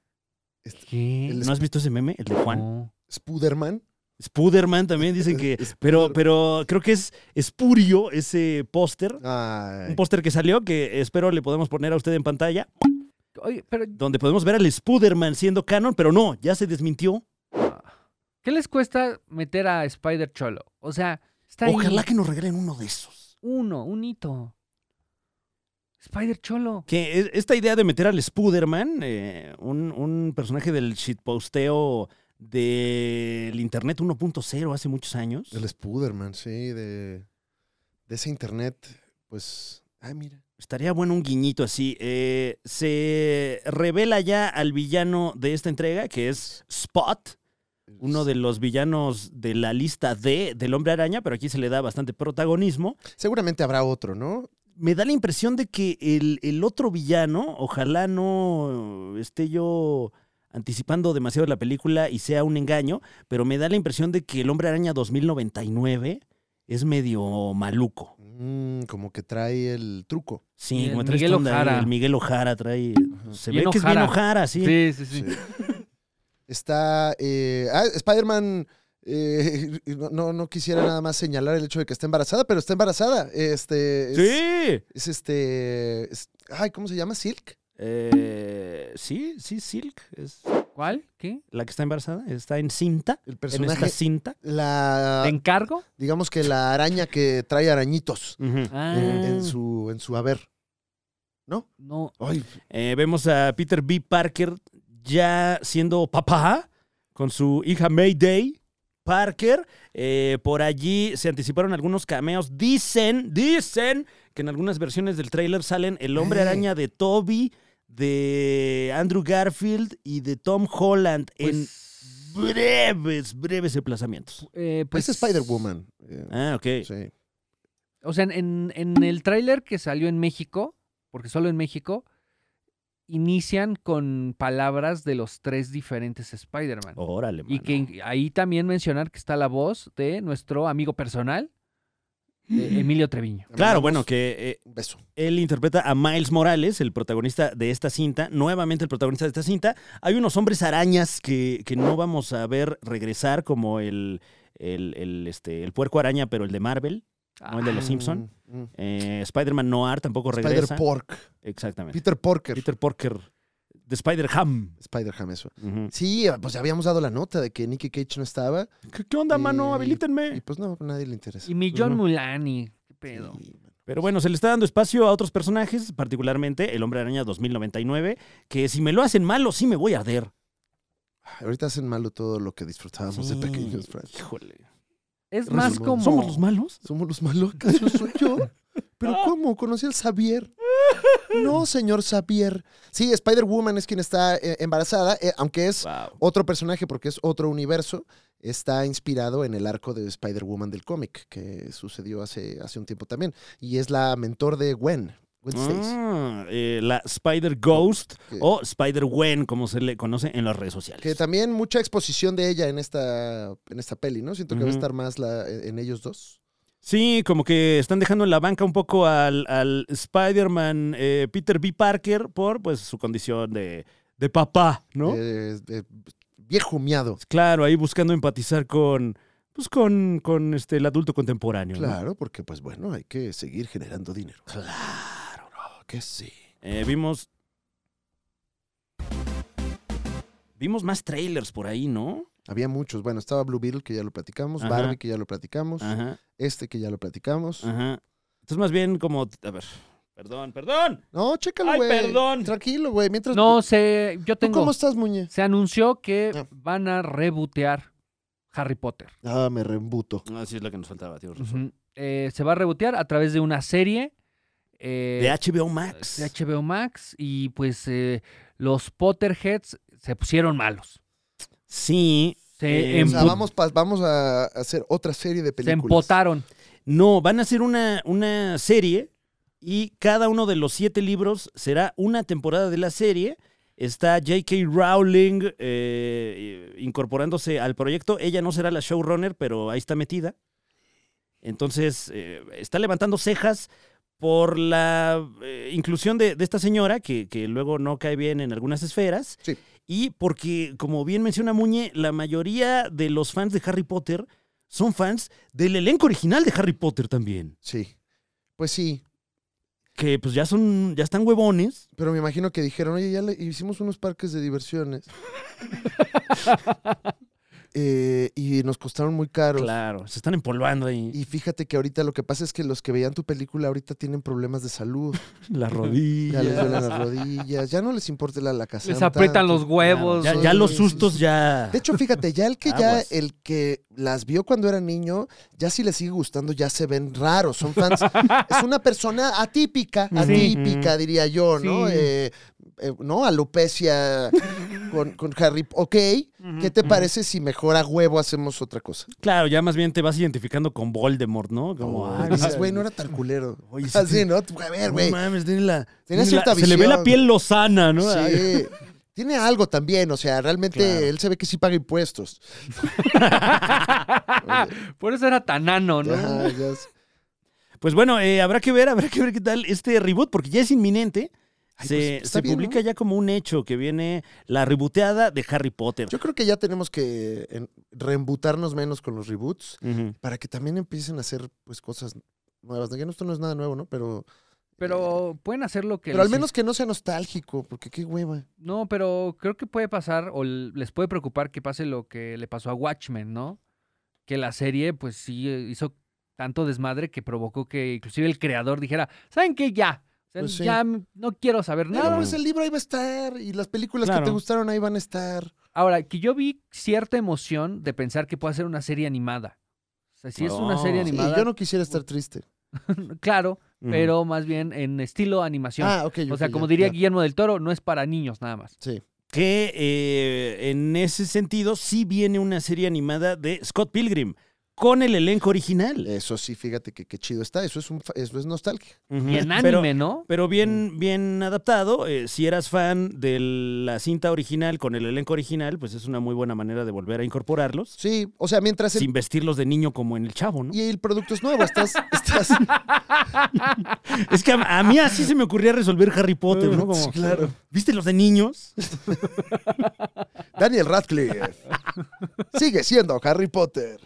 C: ¿Qué?
B: el-
A: ¿No has visto ese meme? El de Juan.
C: No.
B: Spuderman.
A: Spuderman también dicen que. Pero, pero creo que es espurio ese póster.
B: Ay.
A: Un póster que salió que espero le podemos poner a usted en pantalla.
C: Oye, pero
A: Donde podemos ver al Spuderman siendo canon, pero no, ya se desmintió.
C: ¿qué les cuesta meter a Spider Cholo? O sea, está ahí
A: Ojalá que nos regalen uno de esos.
C: uno, un hito. Spider Cholo.
A: Que e- esta idea de meter al Spuderman, eh, un, un personaje del shitposteo del Internet 1.0 hace muchos años.
B: El Spuderman, sí, de, de ese internet, pues... Ah, mira.
A: Estaría bueno un guiñito así. Eh, se revela ya al villano de esta entrega, que es Spot, uno de los villanos de la lista D del Hombre Araña, pero aquí se le da bastante protagonismo.
B: Seguramente habrá otro, ¿no?
A: Me da la impresión de que el, el otro villano, ojalá no esté yo anticipando demasiado la película y sea un engaño, pero me da la impresión de que el Hombre Araña 2099 es medio maluco.
B: Mm, como que trae el truco.
A: Sí,
C: Y el
A: como trae esta
C: Miguel
A: onda ahí,
C: Ojara.
A: El Miguel Ojara trae. Se
C: Bien
A: ve que es bien
C: Ojara.
A: Ojara, sí.
C: Sí, sí, sí.
B: Sí. Está... eh, ah, Spider-Man... eh, no, no, no quisiera nada más señalar el hecho de que está embarazada, pero está embarazada. Este, es,
A: Sí.
B: es este... es- ay, ¿cómo se llama? ¿Silk?
A: Eh, sí, sí, Silk. Es
C: ¿Cuál? ¿Qué?
A: la que está embarazada. Está en cinta.
B: El
A: En
B: personaje...
A: esta cinta.
B: la,
C: ¿Te encargo?
B: digamos que la araña que trae arañitos
C: Ah,
B: en, en su, en su haber.
C: no.
B: Ay,
A: Eh, vemos a Peter B. Parker ya siendo papá con su hija Mayday. Parker, Eh, por allí se anticiparon algunos cameos. Dicen, dicen que en algunas versiones del tráiler salen el hombre
B: Ey.
A: araña de Toby, de Andrew Garfield y de Tom Holland
C: Pues,
A: en breves, breves emplazamientos.
C: eh, pues,
B: Pues es Spider-Woman. eh,
A: Ah, ok.
B: sí.
C: O sea, en- en, en el tráiler que salió en México, porque solo en México, inician con palabras de los tres diferentes Spider-Man.
A: Órale,
C: y
A: mano.
C: que in- ahí también mencionar que está la voz de nuestro amigo personal, de Emilio Treviño.
A: Claro, bueno, que eh,
B: Un beso.
A: Él interpreta a Miles Morales, el protagonista de esta cinta, nuevamente el protagonista de esta cinta. Hay unos hombres arañas que, que no vamos a ver regresar, como el, el, el, este, el puerco araña, pero el de Marvel, no el de los Simpson.
B: Mm, mm.
A: Eh, Spider-Man Noir tampoco regresa.
B: Spider-Pork.
A: Exactamente.
B: Peter Porker.
A: Peter Porker. De Spider-Ham.
B: Spider-Ham, eso.
A: Ujú.
B: Sí, pues ya habíamos dado la nota de que Nicky Cage no estaba.
A: ¿Qué, qué onda, mano?
B: Y- Y
A: Habilítenme.
B: pues no, a nadie le interesa.
C: Y mi
A: Pues
C: John
A: no.
C: Mulaney. ¿Qué pedo?
B: Sí.
A: Pero bueno, se le está dando espacio a otros personajes, particularmente el Hombre Araña 2099, que si me lo hacen malo, sí me voy a arder.
B: Ahorita hacen malo todo lo que disfrutábamos
A: Sí.
B: de pequeños, Frank.
A: Híjole.
C: Es más
B: Resulta-
C: como...
A: ¿Somos los malos?
B: Somos los malos, ¿acaso soy yo? ¿Pero cómo? ¿Conocí al Xavier? No, señor Xavier. Sí, Spider-Woman es quien está eh, embarazada, eh, aunque es otro personaje porque es otro universo. Está inspirado en el arco de Spider-Woman del cómic, que sucedió hace, hace un tiempo también. Y es la mentor de Gwen, Gwen Stacy.
A: Ah, eh, la Spider Ghost
B: Que-
A: o Spider Gwen, como se le conoce en las redes sociales.
B: Que también mucha exposición de ella en esta, en esta peli, ¿no? Siento que va a
A: Ujú.
B: estar más la- e, en en ellos dos.
A: Sí, como que están dejando en la banca un poco al, al Spider-Man eh, Peter B. Parker por pues su condición de, de papá, ¿no?
B: Eh, eh, viejo miado.
A: Claro, ahí buscando empatizar con pues con, con este el adulto contemporáneo. ¿no?
B: Claro, porque pues bueno, hay que seguir generando dinero. Claro, bro, que sí.
A: Eh, vimos. Vimos más trailers por ahí, ¿no?
B: Había muchos. Bueno, estaba Blue Beetle, que ya lo platicamos,
A: Ajá.
B: Barbie, que ya lo platicamos,
A: Ajá, Ah.
B: este, que ya lo platicamos.
A: ajá. Entonces, más bien como. A ver. Perdón, perdón.
B: No, chécalo,
A: Ay,
B: güey.
A: perdón.
B: Tranquilo, güey. Mientras...
C: No, sé, yo
B: ¿Tú
C: tengo...
B: cómo estás, Muñe?
C: Se anunció que
B: Ah.
C: van a rebotear Harry Potter.
B: Ah, me reembuto.
A: Así es lo que nos faltaba, tío.
C: Ujú. Eh, se va a rebotear a través de una serie eh,
A: De HBO Max.
C: de HBO Max y pues eh, los Potterheads se pusieron malos.
A: Sí. Eh,
B: O
C: Se,
A: En
B: sea,
A: bu-
C: empu-
B: vamos, pa- vamos a hacer otra serie de
C: se
B: películas.
C: empotaron.
A: No, van a hacer una, una serie y cada uno de los siete libros será una temporada de la serie. Está J.K. Rowling eh, incorporándose al proyecto. Ella no será la showrunner, pero ahí está metida. Entonces, eh, está levantando cejas por la eh, inclusión de, de esta señora, que, que luego no cae bien en algunas esferas.
B: Sí.
A: Y porque, como bien menciona Muñe, la mayoría de los fans de Harry Potter son fans del elenco original de Harry Potter también.
B: Sí. Pues sí,
A: Que pues ya son, ya están huevones.
B: pero me imagino que dijeron, oye, ya le hicimos unos parques de diversiones. Eh, y nos costaron muy caros.
A: Claro, se están empolvando ahí.
B: Y fíjate que ahorita lo que pasa es que los que veían tu película ahorita tienen problemas de salud.
A: Las
B: Ya
A: rodillas.
B: les duelen las rodillas, ya no les importa la casa.
C: Les aprietan los huevos.
A: Ya, ya los sustos ya.
B: De hecho, fíjate, ya el que ya
A: Aguas.
B: el que las vio cuando era niño, ya si les sigue gustando, ya se ven raros. Son fans. es una persona atípica, atípica, diría yo, ¿no?
C: Sí.
B: Eh, eh, ¿No? Alopecia con, con Harry. Ok, ¿qué te parece si mejor a huevo hacemos otra cosa?
A: Claro, ya más bien te vas identificando con Voldemort, ¿no? Como,
B: Oh,
A: ah,
B: dices,
A: mira,
B: güey, no era tan culero.
A: Oye, sí
B: Así,
A: te-
B: ¿no? A ver,
A: no
B: güey.
A: mames, tiene la-
B: Tenía
A: tiene la-
B: cierta
A: se le ve la
B: visión.
A: piel lozana, ¿no? Ay,
B: Sí. Tiene algo también, o sea, realmente
A: Claro.
B: él se ve que sí paga impuestos.
C: Por eso era tan nano, ¿no?
A: Ah,
B: Ajá, ya sé.
A: Pues bueno, eh, habrá que ver, habrá que ver qué tal este reboot, porque ya es inminente.
B: Ay,
A: se
B: pues, está
A: se
B: bien,
A: publica
B: ¿no?
A: ya como un hecho que viene la reboteada de Harry Potter.
B: Yo creo que ya tenemos que en- reembutarnos menos con los reboots
A: Ujú.
B: para que también empiecen a hacer pues cosas nuevas. Ya no, esto no es nada nuevo, ¿no? Pero,
C: Pero pueden hacer lo que...
B: pero al
C: les-
B: menos que no sea nostálgico, porque qué hueva.
C: No, pero creo que puede pasar o l- les puede preocupar que pase lo que le pasó a Watchmen, ¿no? Que la serie, pues sí, eh, hizo tanto desmadre que provocó que inclusive el creador dijera, ¿saben qué? Ya, O sea,
B: Pues sí.
C: ya m- no quiero saber
B: Pero
C: nada.
B: pues el libro ahí va a estar y las películas
A: Claro.
B: que te gustaron ahí van a estar.
C: Ahora, que yo vi cierta emoción de pensar que puede ser una serie animada. O sea, si es una
A: Oh.
C: serie
A: Sí,
B: Sí,
C: animada,
B: yo no quisiera estar triste.
C: claro,
A: Ujú.
C: pero más bien en estilo animación.
B: Ah, ok.
C: o sea,
B: ok,
C: como
B: ya,
C: diría
B: ya.
C: Guillermo del Toro, no es para niños nada más.
B: Sí.
A: Que eh, en ese sentido sí viene una serie animada de Scott Pilgrim con el elenco original.
B: Eso sí, fíjate que qué chido está. Eso es, un, fa- eso es nostalgia.
A: Ujú.
C: Y en anime,
A: Pero-
C: ¿no?
A: Pero bien, bien adaptado. eh, si eras fan de la cinta original con el elenco original, pues es una muy buena manera de volver a incorporarlos.
B: Sí, o sea, mientras el,
A: Sin vestirlos de niño como en el chavo, ¿no?
B: y el producto es nuevo, estás, estás
A: Es que a, a mí así se me ocurría resolver Harry Potter, ¿no? Como,
B: claro.
A: ¿Viste los de niños?
B: Daniel Radcliffe. Sigue siendo Harry Potter.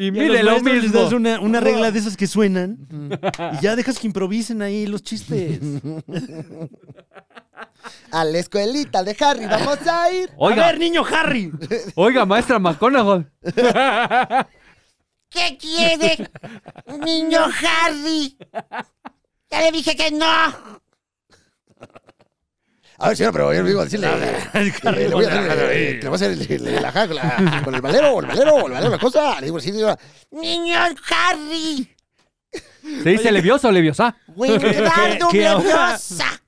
C: Y
A: Y a los
C: mire lo
A: maestros les
C: mismo.
A: das una, una regla de esas que suenan y ya dejas que improvisen ahí los chistes.
B: A la escuelita de Harry, vamos a ir.
A: A
C: Oiga,
A: ver, niño Harry.
C: oiga, maestra McConaughey.
E: ¿Qué quiere, niño Harry? Ya le dije que no.
B: A ver, señor, pero yo vengo a decirle. Le voy a hacer, eh, le voy a hacer el- el- el ajá con la- con el valero, o el valero, o el valero, una cosa. Le digo, sí, señora.
E: Niño Harry.
C: ¿Se dice leviosa o leviosa?
E: Wingardo
A: ¿Qué- qué ahora?
E: Leviosa.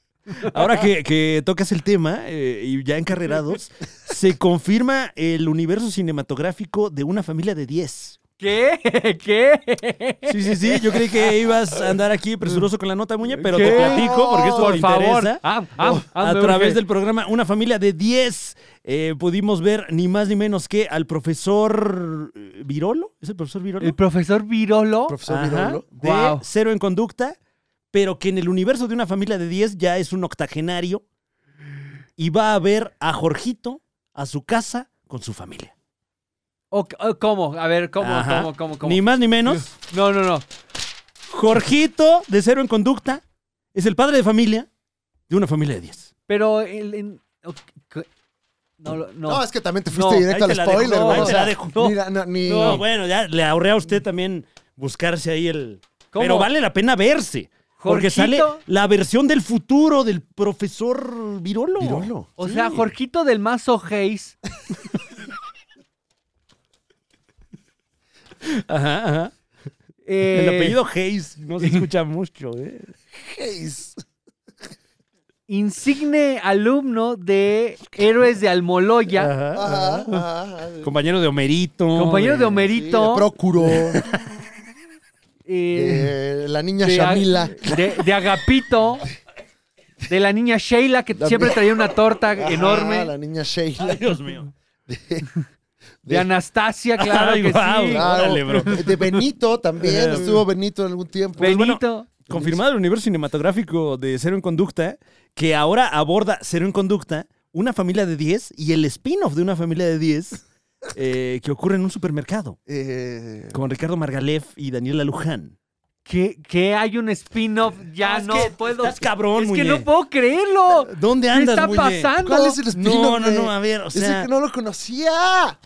A: Ahora que, que tocas el tema, eh, y ya encarrerados, se confirma el universo cinematográfico de una familia de 10.
C: ¿Qué? ¿Qué?
A: Sí, sí, sí. Yo creí que ibas a andar aquí presuroso con la nota, Muñe, pero
C: ¿Qué?
A: te platico porque esto
C: Por
A: me
C: favor.
A: interesa. Oh,
C: Ah, ah, ah,
A: a
C: me
A: través
C: urge.
A: del programa Una familia de 10 eh, pudimos ver ni más ni menos que al profesor eh, Virolo. ¿Es el profesor Virolo?
C: El profesor Virolo.
B: Profesor
A: Ajá,
B: Virolo.
A: De
C: Guau.
A: cero en conducta, pero que en el universo de una familia de 10 ya es un octogenario y va a ver a Jorgito a su casa con su familia.
C: O- o- ¿Cómo? A ver, ¿cómo?
A: Ajá.
C: ¿Cómo? ¿Cómo? ¿Cómo?
A: Ni más ni menos.
C: No, no, no.
A: Jorgito, de cero en conducta, es el padre de familia de una familia de 10.
C: Pero el, en- ok, ¿qué? no, lo- no.
B: No, es que también te fuiste
C: No,
B: directo
A: ahí te
B: al
A: la dejo,
B: spoiler,
A: no,
B: güey,
A: ahí
B: o
A: te
B: sea,
A: la dejo, no.
B: mira, no, ni.
A: No, bueno, ya le ahorré a usted también buscarse ahí el...
C: ¿Cómo?
A: Pero vale la pena verse. Porque
C: ¿Jorgito?
A: sale la versión del futuro del profesor Virolo.
B: Virolo.
C: O sea, Jorgito del Mazo Hayes.
A: Ajá, ajá.
C: eh,
A: El apellido Hayes no se escucha mucho, ¿eh?
B: Hayes.
C: Insigne alumno de Héroes de Almoloya.
A: Ajá,
B: Ajá,
A: ajá.
B: ajá, ajá.
A: Compañero de Homerito. Eh,
C: Compañero de
B: Sí, de
C: Homerito.
B: Procuro,
C: eh,
B: de la niña
C: de,
B: Shamila.
C: de- de Agapito. De la niña Sheila, que
B: La-
C: siempre traía una torta
B: Ajá,
C: ah, enorme.
B: Ah, La niña Sheila.
A: Ay, Dios mío.
C: De Anastasia, claro
A: Ay,
C: que
A: guau.
C: sí.
B: Claro. eh,
A: Órale, bro.
B: De Benito también. Estuvo Benito algún tiempo.
A: bueno,
C: Benito.
A: Confirmado el universo cinematográfico de Cero en Conducta, que ahora aborda Cero en Conducta, una familia de 10 y el spin-off de una familia de 10 eh, que ocurre en un supermercado
B: Eh,
A: con Ricardo Margalef y Daniela Luján.
C: Que, que hay un spin-off, ya
A: Ah, es
C: no
A: que
C: puedo.
A: estás cabrón,
C: es que
A: Muñe.
C: no puedo creerlo.
A: ¿Dónde
C: ¿Qué
A: andas,
C: está
A: Muñe?
C: pasando?
B: ¿Cuál es el espino?
A: No, no, no, a ver, o sea,
B: Ese que no lo conocía.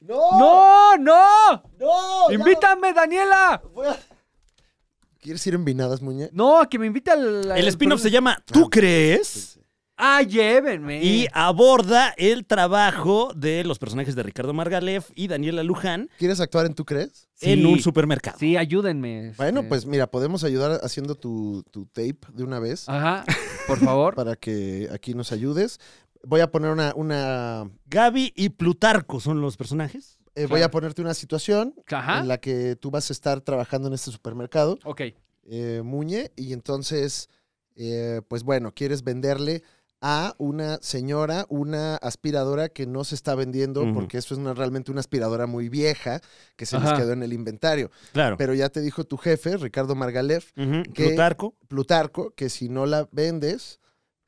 B: No.
C: ¡No, no!
B: No. ya.
C: ¡Invítame, Daniela!
B: Voy a- ¿Quieres ir en vinadas, muñe?
C: No, que me invita al.
A: el spin-off se llama ¿Tú crees?
C: Ah, llévenme.
A: Y aborda el trabajo de los personajes de Ricardo Margalef y Daniela Luján
B: ¿Quieres actuar en tú crees?
C: Sí,
A: en un supermercado.
C: Sí, ayúdenme. este.
B: Bueno, pues mira, podemos ayudar haciendo tu, tu tape de una vez
C: Ajá, por favor.
B: para que aquí nos ayudes. Voy a poner una, una
A: Gaby y Plutarco son los personajes.
B: eh, voy a
C: Claro.
B: ponerte una situación
C: Ajá.
B: en la que tú vas a estar trabajando en este supermercado,
C: Ok.
B: eh, Muñe, y entonces, eh, pues bueno, quieres venderle a una señora una aspiradora que no se está vendiendo
A: Ujú.
B: porque eso es una- realmente una aspiradora muy vieja que se
C: Ajá.
B: les quedó en el inventario.
A: Claro.
B: Pero ya te dijo tu jefe, Ricardo Margalef, que-
A: Plutarco.
B: Plutarco, que si no la vendes,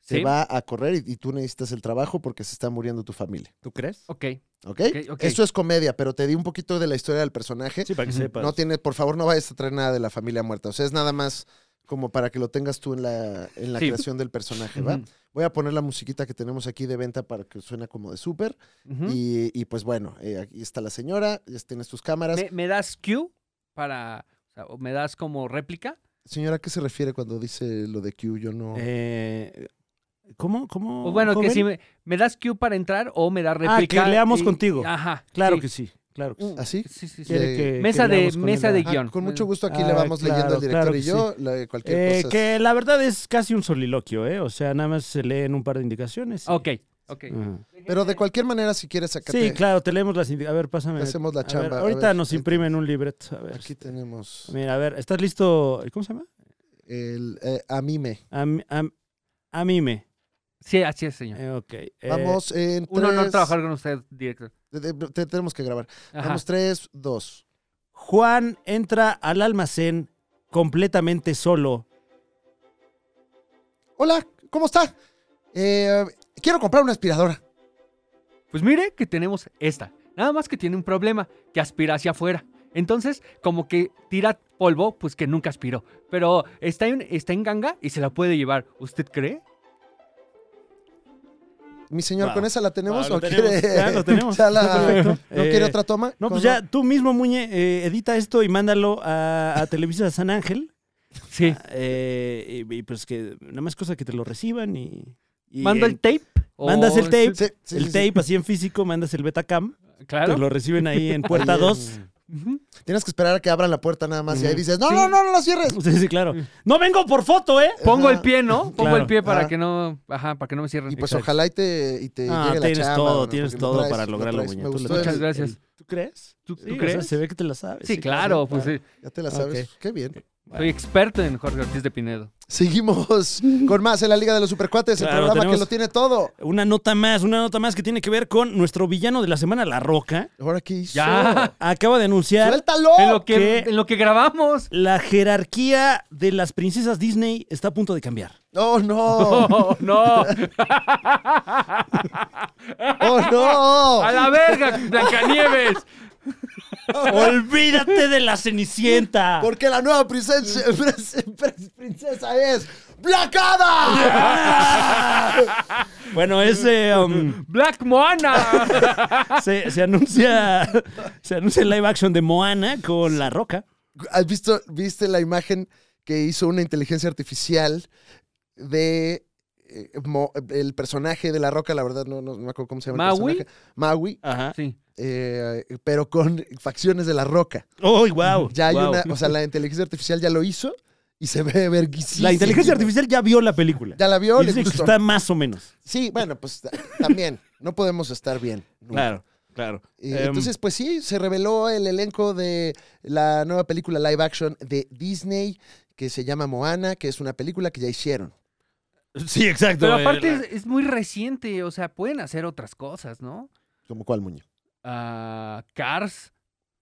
B: se
C: ¿Sí?
B: va a correr y, y tú necesitas el trabajo porque se está muriendo tu familia.
A: ¿Tú crees?
C: Ok.
B: ¿Ok?
C: Ok, ok.
B: Eso es comedia, pero te di un poquito de la historia del personaje.
A: Sí, para que
C: Ujú.
A: sepas.
B: No tiene, por favor, no vayas a traer nada de la familia muerta. O sea, es nada más como para que lo tengas tú en la, en la
C: Sí.
B: creación del personaje, ¿va?
C: Ujú,
B: Voy a poner la musiquita que tenemos aquí de venta para que suena como de súper.
C: ujú.
B: y, y, pues bueno, eh, aquí está la señora, ya tienes tus cámaras.
C: ¿Me, me das cue para. o sea, ¿Me das como réplica?
B: Señora, ¿a qué se refiere cuando dice lo de Q? Yo no...
A: Eh, ¿Cómo? ¿Cómo?
C: O Pues bueno, que
A: joven?
C: si me, me das cue para entrar o me das
A: Ah, que
C: réplica.
A: leamos
C: y-
A: contigo.
C: Ajá.
A: Claro
C: sí.
A: que sí.
H: Claro. que sí.
B: ¿Así?
C: Sí, sí, sí.
H: ¿Quiere
B: de-
H: que-
C: Mesa
H: que
C: de-
H: leamos con
C: mesa
H: el-
C: de
H: Ah,
B: Ah,
C: guión.
B: Con mucho gusto aquí
H: Ah,
B: le vamos leyendo
H: claro,
B: al director
H: claro
B: y
H: que
B: yo la- cualquier
H: Eh,
B: cosa.
A: Que la verdad es casi un soliloquio, ¿eh? O sea, nada más se leen un par de indicaciones. y-
C: Ok, ok.
A: Ajá.
B: Pero de cualquier manera, si quieres sacarte.
A: Sí, claro, te leemos las indicaciones. A ver, pásame.
B: Te hacemos la
A: A ver, este,
B: chamba, a
A: ahorita
B: ver,
A: nos
B: ahí
A: imprimen un libreto. A ver.
B: Aquí tenemos
A: Mira, a ver, ¿estás listo? ¿Cómo se llama?
B: el eh, Amime.
A: Am- am- amime.
C: Sí, así es, señor.
A: Eh, ok. eh,
B: Vamos en
C: Un honor
B: tres-
C: trabajar con usted, director.
B: de- de- te- tenemos que grabar.
C: Ajá.
B: Vamos, tres, dos.
A: Juan entra al almacén completamente solo.
B: Hola, ¿cómo está? Eh, quiero comprar una aspiradora.
C: Pues mire que tenemos esta. Nada más que tiene un problema, que aspira hacia afuera. Entonces, como que tira polvo, pues que nunca aspiró. Pero está en, está en ganga y se la puede llevar. ¿Usted cree?
B: Mi señor,
A: Wow.
B: ¿con esa la tenemos
A: Wow,
B: o
A: lo tenemos,
B: quiere-
A: ya lo tenemos.
B: Ya la-
A: Está perfecto.
B: ¿No quiere
A: Eh,
B: otra toma?
A: No, pues
B: Con-
A: ya tú mismo, Muñe, eh, edita esto y mándalo a, a Televisa San Ángel.
C: Sí.
A: Ah, Eh, y, y pues que nada más cosa que te lo reciban y... y
C: ¿Mando el tape? o-
A: mandas el tape,
B: Sí, sí,
A: el
B: sí, sí.
A: tape así en físico, mandas el Betacam,
C: Claro.
A: te lo reciben ahí en puerta 2.
C: Ujú.
B: Tienes que esperar a que abran la puerta nada más y ahí
A: Ujú.
B: dices, no,
C: Sí.
B: no, no, no la cierres.
A: Sí, sí, claro.
C: Mm.
A: No vengo por foto, ¿eh?
C: Pongo
B: Ajá.
C: el pie, ¿no? Pongo
A: Claro.
C: el pie para
B: Ajá.
C: que no. Ajá, para que no me cierren.
B: Y pues
A: Exacto.
B: ojalá y te, y te
A: Ah,
B: llegue la
A: tienes
B: chamba,
A: todo,
B: mano,
A: tienes
B: porque
A: todo
B: traes,
A: para
B: lo
A: lograrlo,
B: traes. Me
A: Muñeco.
B: gustó ¿eh?
A: Lo-
B: el-
C: Muchas gracias.
A: el- ¿Tú crees?
C: ¿Tú,
A: Sí,
C: tú
A: o sea,
C: crees?
A: se ve que te la sabes.
C: Sí, claro, pues sí.
B: Ya te la sabes. Qué bien.
C: Soy experto en Jorge Ortiz de Pinedo.
B: Seguimos con más en la Liga de los Supercuates, el
A: Claro,
B: programa
A: tenemos-
B: que lo tiene todo.
A: Una nota más, una nota más que tiene que ver con nuestro villano de la semana, La Roca.
B: Ahora qué hizo.
C: Ya.
A: Acaba de anunciar
B: ¡Suéltalo!
C: en, lo que,
A: ¿qué?
C: en lo que grabamos.
A: la jerarquía de las princesas Disney está a punto de cambiar.
B: ¡Oh, no!
C: Oh, no.
B: ¡Oh,
C: ¡A
B: no!
C: la verga, Blancanieves!
A: ¡Olvídate de la Cenicienta!
B: Porque la nueva princesa, prin- princesa es Blacada.
A: Ah. Bueno, ese um,
C: ¡Black Moana!
A: se, se anuncia se anuncia el live action de Moana con La Roca.
B: ¿Has visto viste la imagen que hizo una inteligencia artificial de eh, Mo- el personaje de la roca? La verdad no, no, no me acuerdo cómo se llama. el
C: ¿Maui?
B: personaje. Maui,
A: Ajá.
C: Sí.
B: eh, pero con facciones de la roca.
A: ¡Oh, wow!
B: Ya hay una, o sea, la inteligencia artificial ya lo hizo y se ve verguísima.
A: la inteligencia artificial ya vio la película.
B: Ya la vio,
A: Y
B: le
A: dice que
B: gustó.
A: está más o menos.
B: Sí, bueno, pues ta- también. No podemos estar bien. nunca.
A: Claro, claro.
B: Eh,
A: Em,
B: entonces, pues sí, se reveló el elenco de la nueva película live action de Disney que se llama Moana, que es una película que ya hicieron.
A: Sí, exacto.
C: Pero
A: eh,
C: aparte
A: la-
C: es, es muy reciente, o sea, pueden hacer otras cosas, ¿no?
B: ¿Como cuál, Muño?
C: Ah, Cars.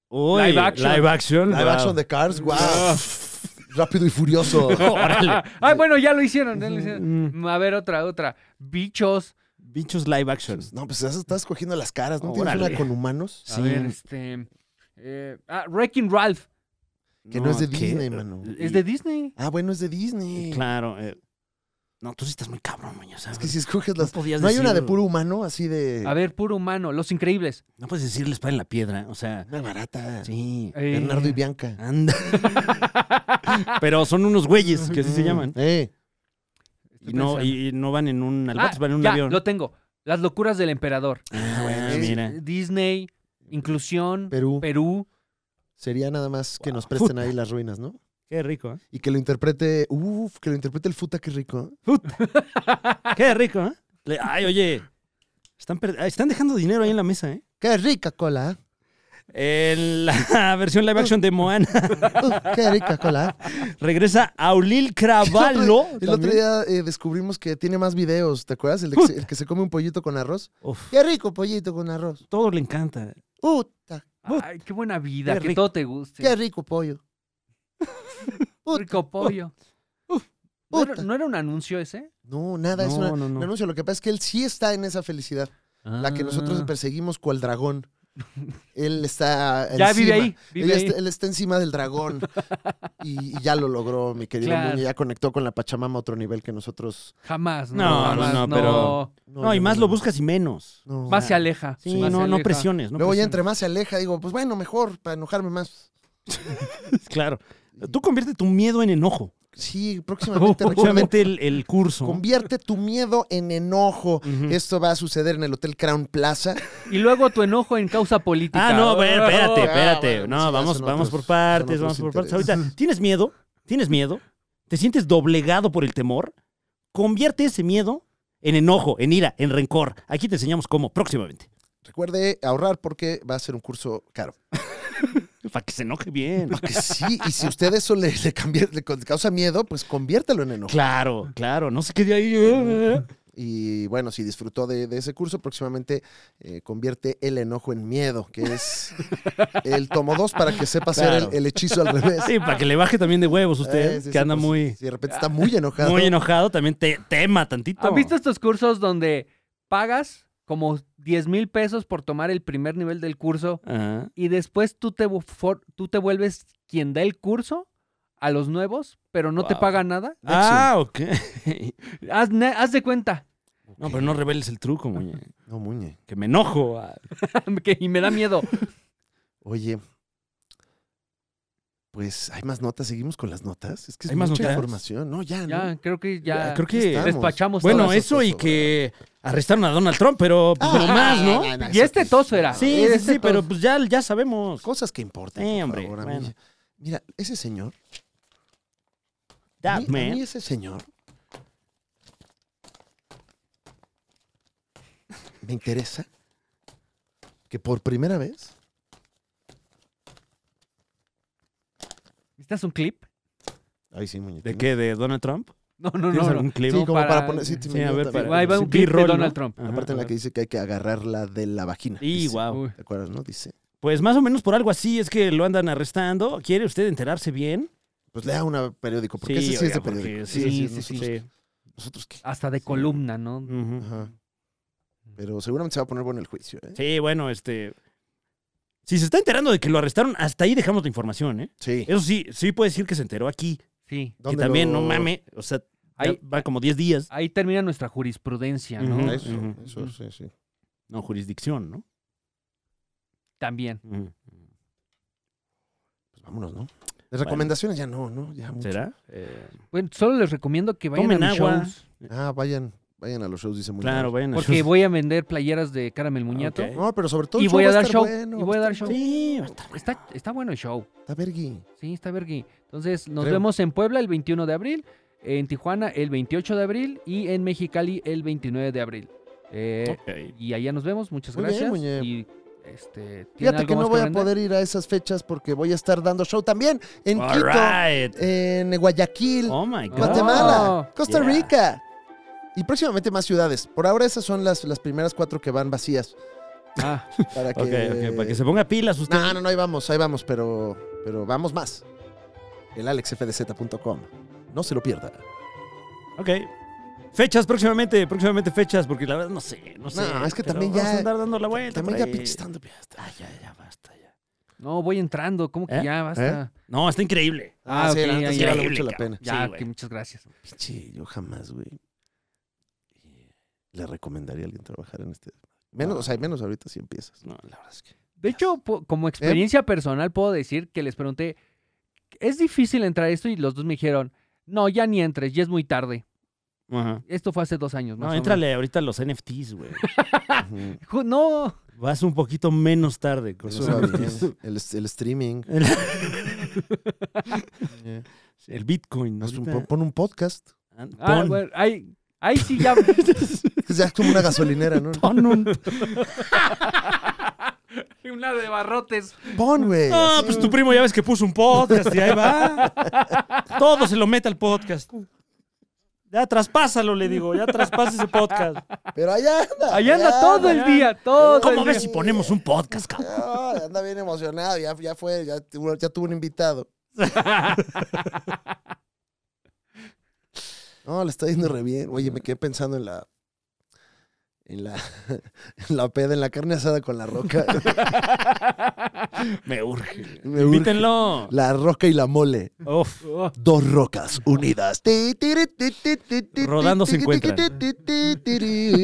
A: Uy,
C: Live action.
A: Live action.
B: Live
A: wow.
B: action de Cars, wow.
C: Ah.
B: Rápido y furioso.
A: Órale.
C: Ah, bueno, ya lo hicieron, ya lo hicieron.
A: Mm,
C: A ver, otra, otra. Bichos.
A: Bichos live action.
B: No, pues estás estás cogiendo las caras, ¿no? Tienes
A: Órale. Ah.
B: una con humanos
C: A
A: Sí.
C: ver, este. eh, ah, Wrecking Ralph.
B: que no, es de
A: ¿qué?
B: Disney, mano.
C: Es de Disney.
B: Ah, bueno, es de Disney.
A: Claro. eh. No, tú sí estás muy cabrón, Muñoz.
B: Es que si escoges las...
A: podías
B: ¿No hay una de
A: decir-
B: puro humano así de...
C: A ver, puro humano. Los increíbles.
A: No puedes decir la espada en la piedra, o sea,
B: Una barata.
A: sí.
C: Eh,
B: Bernardo y Bianca.
A: Anda. Pero son unos güeyes que así se llaman.
B: Eh,
A: Y no, y y no van en un albatros,
C: Ah,
A: van en un
C: ya,
A: avión.
C: Lo tengo. Las locuras del emperador.
A: Ah, bueno,
B: Sí.
A: mira.
C: Disney, inclusión,
B: Perú.
C: Perú.
B: Sería nada más que nos
A: Wow.
B: presten
A: Futa.
B: ahí las ruinas, ¿no?
A: Qué rico, ¿eh?
B: Y que lo interprete... Uf, que lo interprete el futa, qué rico.
A: Qué rico, ¿eh? Le- Ay, oye. Están, per- ah, están dejando dinero ahí en la mesa, ¿eh?
B: Qué rica cola.
A: En la versión live action de Moana
B: Uf, qué rica cola.
A: regresa Aulil
C: Ah,
A: Cravallo.
B: El otro día eh, descubrimos que tiene más videos, ¿te acuerdas? El, de que se, el que se come un pollito con arroz.
A: Uf,
B: Qué rico pollito con arroz.
A: todo le encanta.
B: Puta,
C: Ay, qué buena vida,
A: Qué
C: que
A: rico.
C: todo te guste.
B: qué rico pollo.
C: rico pollo. ¿No, era,
B: Puta.
C: no era un anuncio ese?
B: No, nada, es
A: No,
B: una-
A: no, no.
B: un anuncio. Lo que pasa es que él sí está en esa felicidad, la que
C: Ah,
B: nosotros perseguimos cual dragón. Él está
C: Ya vive
B: encima.
C: ahí,
B: él,
C: vive ahí.
B: Está, él está encima del dragón y, y ya lo logró, mi querido
C: Claro.
B: Muñe. Ya conectó con la Pachamama a otro nivel que nosotros.
C: Jamás, no,
A: No, no,
C: jamás,
A: no,
C: no,
A: pero- No, y
B: no,
A: más
B: no,
A: lo
B: no.
A: buscas y menos.
B: No.
C: Más se aleja.
A: Sí,
C: más se
A: no, no
C: aleja.
A: presiones. No pues
B: Luego ya
A: presiones.
B: entre más se aleja, digo, pues bueno, mejor para enojarme más.
A: Claro. Tú convierte tu miedo en enojo.
B: Sí, próximamente. recuerden,
A: Próximamente el, el curso.
B: Convierte tu miedo en enojo.
A: Ujú.
B: Esto va a suceder en el Hotel Crown Plaza.
C: Y luego tu enojo en causa política.
A: Ah, no, a ver, espérate,
B: Ah,
A: espérate.
B: bueno, sí,
A: no,
B: ya
A: vamos,
B: son
A: vamos
B: otros-
A: por partes,
B: son
A: vamos
B: otros
A: por partes. Ahorita, ¿tienes miedo? ¿Tienes miedo? ¿Te sientes doblegado por el temor? Convierte ese miedo en enojo, en ira, en rencor. Aquí te enseñamos cómo próximamente.
B: Recuerde ahorrar porque va a ser un curso caro.
A: Para que se enoje bien.
B: Que sí, y si usted eso le, le cambia- le con- causa miedo, pues conviértelo en enojo.
A: Claro, claro. No sé qué de ahí.
B: Y bueno, si disfrutó de, de ese curso, próximamente eh, convierte el enojo en miedo, que es el tomo 2 para que sepa hacer
A: Claro.
B: el, el hechizo al revés.
A: Sí, para que le baje también de huevos usted,
B: Eh, sí,
A: que
B: sí,
A: anda
B: pues,
A: muy,
B: Si de repente está muy enojado.
A: muy enojado, también te tema tantito.
C: ¿Han visto estos cursos donde pagas como 10 mil pesos por tomar el primer nivel del curso
A: Ajá.
C: y después tú te, vu- for- tú te vuelves quien da el curso a los nuevos, pero no te
A: Wow.
C: paga nada?
A: Ah, ok.
C: Haz, ne- haz de cuenta.
A: No, pero no reveles el truco, muñe.
B: pues No, muñe.
A: Que me enojo. ah.
C: que- y me da miedo.
B: Oye. Pues hay más notas, seguimos con las notas. Es que es
A: ¿Hay más
B: mucha
A: notas?
B: información. No, ya,
C: Ya,
B: ¿no?
C: creo que ya.
A: Creo que
B: estamos.
C: despachamos
A: Bueno,
C: todas.
A: eso y que arrestaron a Donald Trump, pero
B: Ah,
A: pues, no más, ¿no?
C: Y este toso era.
A: Sí, sí,
C: Este
A: sí, pero
C: tos.
A: pues ya, ya sabemos.
B: Cosas que importan.
A: Sí,
B: por
A: hombre,
B: favor, a mí
A: bueno.
B: ya- Mira, ese señor. a
A: That
B: mí- a mí
A: man.
B: ese señor. Me interesa que por primera vez
C: ¿Necesitas un clip?
B: Ay, sí, muñequito.
A: ¿De qué? ¿De Donald Trump?
C: No, no,
A: ¿Tienes
C: no.
A: algún
C: no.
A: clip?
B: Sí,
C: No,
B: como para,
C: para-
B: poner. Sí,
A: Sí,
B: sí, me
A: a ver,
B: nota,
A: para-
C: Ahí va
A: sí,
C: un clip de
A: B-roll, ¿no?
C: Donald Trump.
A: Ajá.
B: La parte en la que dice que hay que agarrarla de la vagina.
A: Y
B: dice.
A: wow.
C: Uy.
B: ¿Te acuerdas, no? Dice.
A: Pues más o menos por algo así es que lo andan arrestando. ¿Quiere usted enterarse bien?
B: Pues lea un periódico, porque ese sí es
A: oiga,
B: de
A: porque
B: periódico.
A: Sí,
B: Ese
A: sí,
B: es
A: sí,
B: nosotros,
A: sí.
B: ¿Nosotros qué?
C: Hasta de columna, ¿no?
A: Ujú.
B: Ajá. Pero seguramente se va a poner bueno el juicio, ¿eh?
A: Sí, bueno, este... Si se está enterando de que lo arrestaron, hasta ahí dejamos la información, ¿eh?
B: Sí.
A: Eso sí, sí puede decir que se enteró aquí.
C: Sí.
A: Que
B: ¿Dónde
A: también,
B: lo-
A: no mame, o sea, ya
C: Ahí,
A: va como 10 días.
C: ahí termina nuestra jurisprudencia, ¿no?
A: Ujú.
B: Eso,
A: Ujú.
B: eso, sí, sí.
A: No, jurisdicción, ¿no?
C: También.
A: Ujú.
B: Pues vámonos, ¿no? De recomendaciones ya no, ¿no? Ya mucho.
A: ¿Será? Eh,
C: Bueno, solo les recomiendo que vayan
A: Tomen
C: a mis
A: agua.
C: shows.
B: Ah, vayan, vayan a los shows, dice muy
A: claro, vayan a
C: Porque voy a vender playeras de Caramel Muñato.
A: Ok.
B: No, pero sobre todo
C: Y
B: el
C: voy a
B: va
C: dar
B: estar
C: show,
B: bueno,
C: y voy a
B: va
C: dar
B: estar
C: show.
A: Sí, va a estar-
C: Está, está bueno el show.
B: bueno. Está vergui.
C: Sí, está vergui. Entonces, nos
B: Creo.
C: vemos en Puebla el 21 de abril, en Tijuana el 28 de abril y en Mexicali el 29 de abril. Eh,
A: Ok.
C: Y allá nos vemos. Muchas
B: Muy bien,
C: gracias.
B: muñe.
C: y este, ¿tienen
B: Fíjate
C: algo
B: que
C: más
B: no voy a
C: vender?
B: poder ir a esas fechas porque voy a estar dando show también en
A: All
B: Quito,
A: right.
B: en Guayaquil,
A: Oh my
C: Ah.
A: God.
B: Guatemala,
C: Oh,
B: Costa
A: yeah.
B: Rica y próximamente más ciudades. Por ahora esas son las, las primeras cuatro que van vacías.
C: Ah,
B: Para que,
A: Ok, ok, para que se ponga pilas usted.
B: No, no, no, ahí vamos, ahí vamos, pero, pero vamos más. El alexfdz.com. No se lo pierda.
A: Ok. Fechas próximamente, próximamente fechas, porque la verdad no sé, no sé.
B: No, es que
A: pero
B: también
A: vamos
B: ya-
A: a andar dando la vuelta.
B: También
A: por
B: ya
A: ahí.
B: pinche estando ya está.
A: Ay, ya, ya, basta ya.
C: no, voy entrando. ¿Cómo que
A: ¿Eh?
C: ya basta?
A: No, está increíble.
C: Ah, ok,
B: la neta
C: ya,
B: sí
C: ya.
B: vale mucho la
A: Increíble,
B: pena.
C: Ya,
A: Sí, güey.
C: que muchas gracias.
B: Pinche, yo jamás, güey. eh, Le recomendaría a alguien trabajar en este. Menos,
C: Ah.
B: o sea, menos ahorita si empiezas.
A: No, la verdad es que.
C: De hecho, po- como experiencia personal puedo decir que les pregunté, ¿es difícil entrar a esto? Y los dos me dijeron, no, ya ni entres, ya es muy tarde.
A: Ajá.
C: Esto fue hace dos años. Más
A: No,
C: o
A: éntrale ahorita a los NFTs, güey.
B: Ujú.
C: menos. Ju- No,
A: Vas un poquito menos tarde con
B: Eso
A: los
B: va
A: NFTs.
B: bien. El, el streaming.
A: El, el Bitcoin.
B: Haz un
A: ahorita.
B: po- pon un podcast.
A: Ah, Pon,
C: Ah, bueno, ahí, ahí sí ya.
B: Es ya como una gasolinera, ¿no?
A: pon un.
C: Una de barrotes.
B: Pon, güey.
A: Ah,
B: así.
A: pues tu primo ya ves que puso un podcast y ahí va. Todo se lo mete al podcast. Ya traspásalo, le digo, ya traspasa ese podcast.
B: Pero allá anda.
C: Allá anda todo el día, todo. el
A: ¿Cómo
C: día.
A: ves si ponemos un podcast, cabrón?
B: Ah, anda bien emocionado, ya, ya fue, ya, tuvo- ya tuvo un invitado. No, le está yendo re bien. Oye, me quedé pensando en la en la, en la peda, en la carne asada con la roca.
A: Me urge.
B: Me urge.
A: Invítenlo.
B: La roca y la mole.
A: Uf.
B: Dos rocas unidas. Ti, tiri, ti, ti, ti, ti,
A: Rodando
B: ti,
A: se
B: ti,
A: encuentran.
B: ti, ti, ti, ti,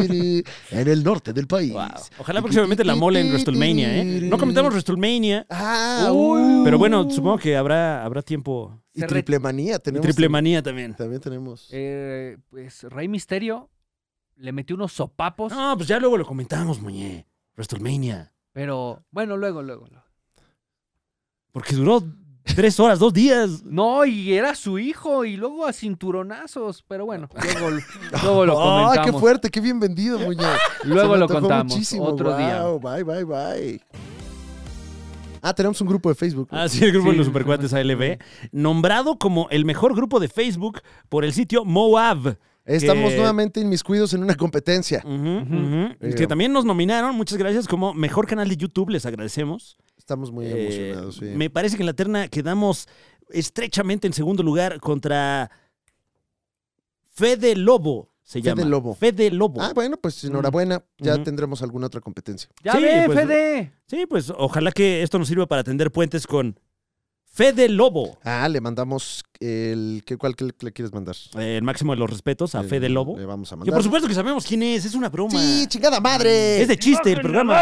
B: ti, En el norte del país.
A: Wow. Ojalá próximamente la mole en WrestleMania, ¿eh? No comentamos WrestleMania.
B: Ah, uh.
A: Pero bueno, supongo que habrá, habrá tiempo.
B: Y
C: Se re-
B: triple manía tenemos.
A: Triple manía también.
B: También tenemos.
C: Eh, pues Rey Misterio le metió unos sopapos,
A: No, pues ya luego lo comentamos, muñe. WrestleMania.
C: pero bueno, luego, luego. luego.
A: Porque duró tres horas, dos días.
C: No, y era su hijo, y luego a cinturonazos, pero bueno, luego, luego lo
B: ¡Ay, qué
C: comentamos.
B: fuerte! ¡Qué bien vendido, Muñoz!
C: Luego
B: Se me
C: lo
B: antojó
C: contamos,
B: muchísimo.
C: otro día.
B: Guau, Bye, bye, bye. Ah, tenemos un grupo de Facebook.
A: Ah, sí, el grupo de los
C: Sí,
A: supercuates ALB. Nombrado como el mejor grupo de Facebook por el sitio Moab.
B: Estamos
A: que-
B: nuevamente inmiscuidos en una competencia.
A: Ujú,
C: Ujú.
A: ujú.
B: Eh,
A: Que también nos nominaron, muchas gracias, como mejor canal de YouTube, les agradecemos.
B: Estamos muy
A: Eh,
B: emocionados. sí.
A: Me parece que en la terna quedamos estrechamente en segundo lugar contra Fede Lobo, se
B: Fede
A: llama.
B: Lobo.
A: Fede Lobo.
B: Ah, bueno, pues enhorabuena. Ya
A: Ujú.
B: tendremos alguna otra competencia.
C: Ya
A: Sí,
C: ve,
A: pues,
C: Fede.
A: Sí, pues ojalá que esto nos sirva para tender puentes con Fede Lobo.
B: Ah, le mandamos el. ¿qué, ¿Cuál que le, le quieres mandar?
A: Eh, el máximo de los respetos a
B: Eh,
A: Fede Lobo.
B: Le vamos a
A: Que
B: mandar.
A: por supuesto que sabemos quién es, es una broma.
B: Sí, chingada madre.
A: es de chiste el programa.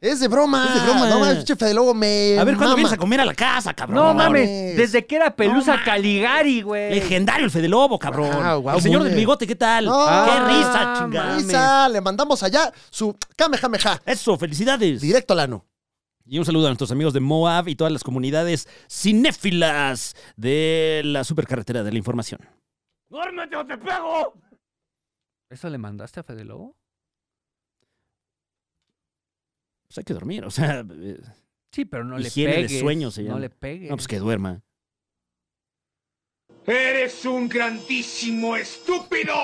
B: Es de broma.
A: Es de broma.
B: No mames, pinche Fede Lobo me.
A: A ver, ¿cuándo
B: mama.
A: vienes a comer a la casa, cabrón?
C: No
B: mames.
C: mames, desde que era Pelusa
A: mames.
C: Caligari, güey.
A: Legendario el Fede Lobo, cabrón.
B: Guau, Ah, guau,
A: el señor
B: muy
A: del
B: bien.
A: bigote, ¿qué tal?
B: No.
A: ¡Qué
B: Ah,
A: risa, chingada!
C: mames.
B: Isa, le mandamos allá su Kamehameha.
A: Eso, felicidades.
B: Directo al ano.
A: Y un saludo a nuestros amigos de Moab y todas las comunidades cinéfilas de la supercarretera de la información. ¡Duérmete o te pego!
C: ¿Eso le mandaste a Fede Lobo?
A: Pues hay que dormir, o sea. eh,
C: Sí, pero no le
A: Higiene de
C: pegues.
A: sueño se llama.
C: No le pegues.
A: No, pues que duerma.
H: ¡Eres un grandísimo estúpido!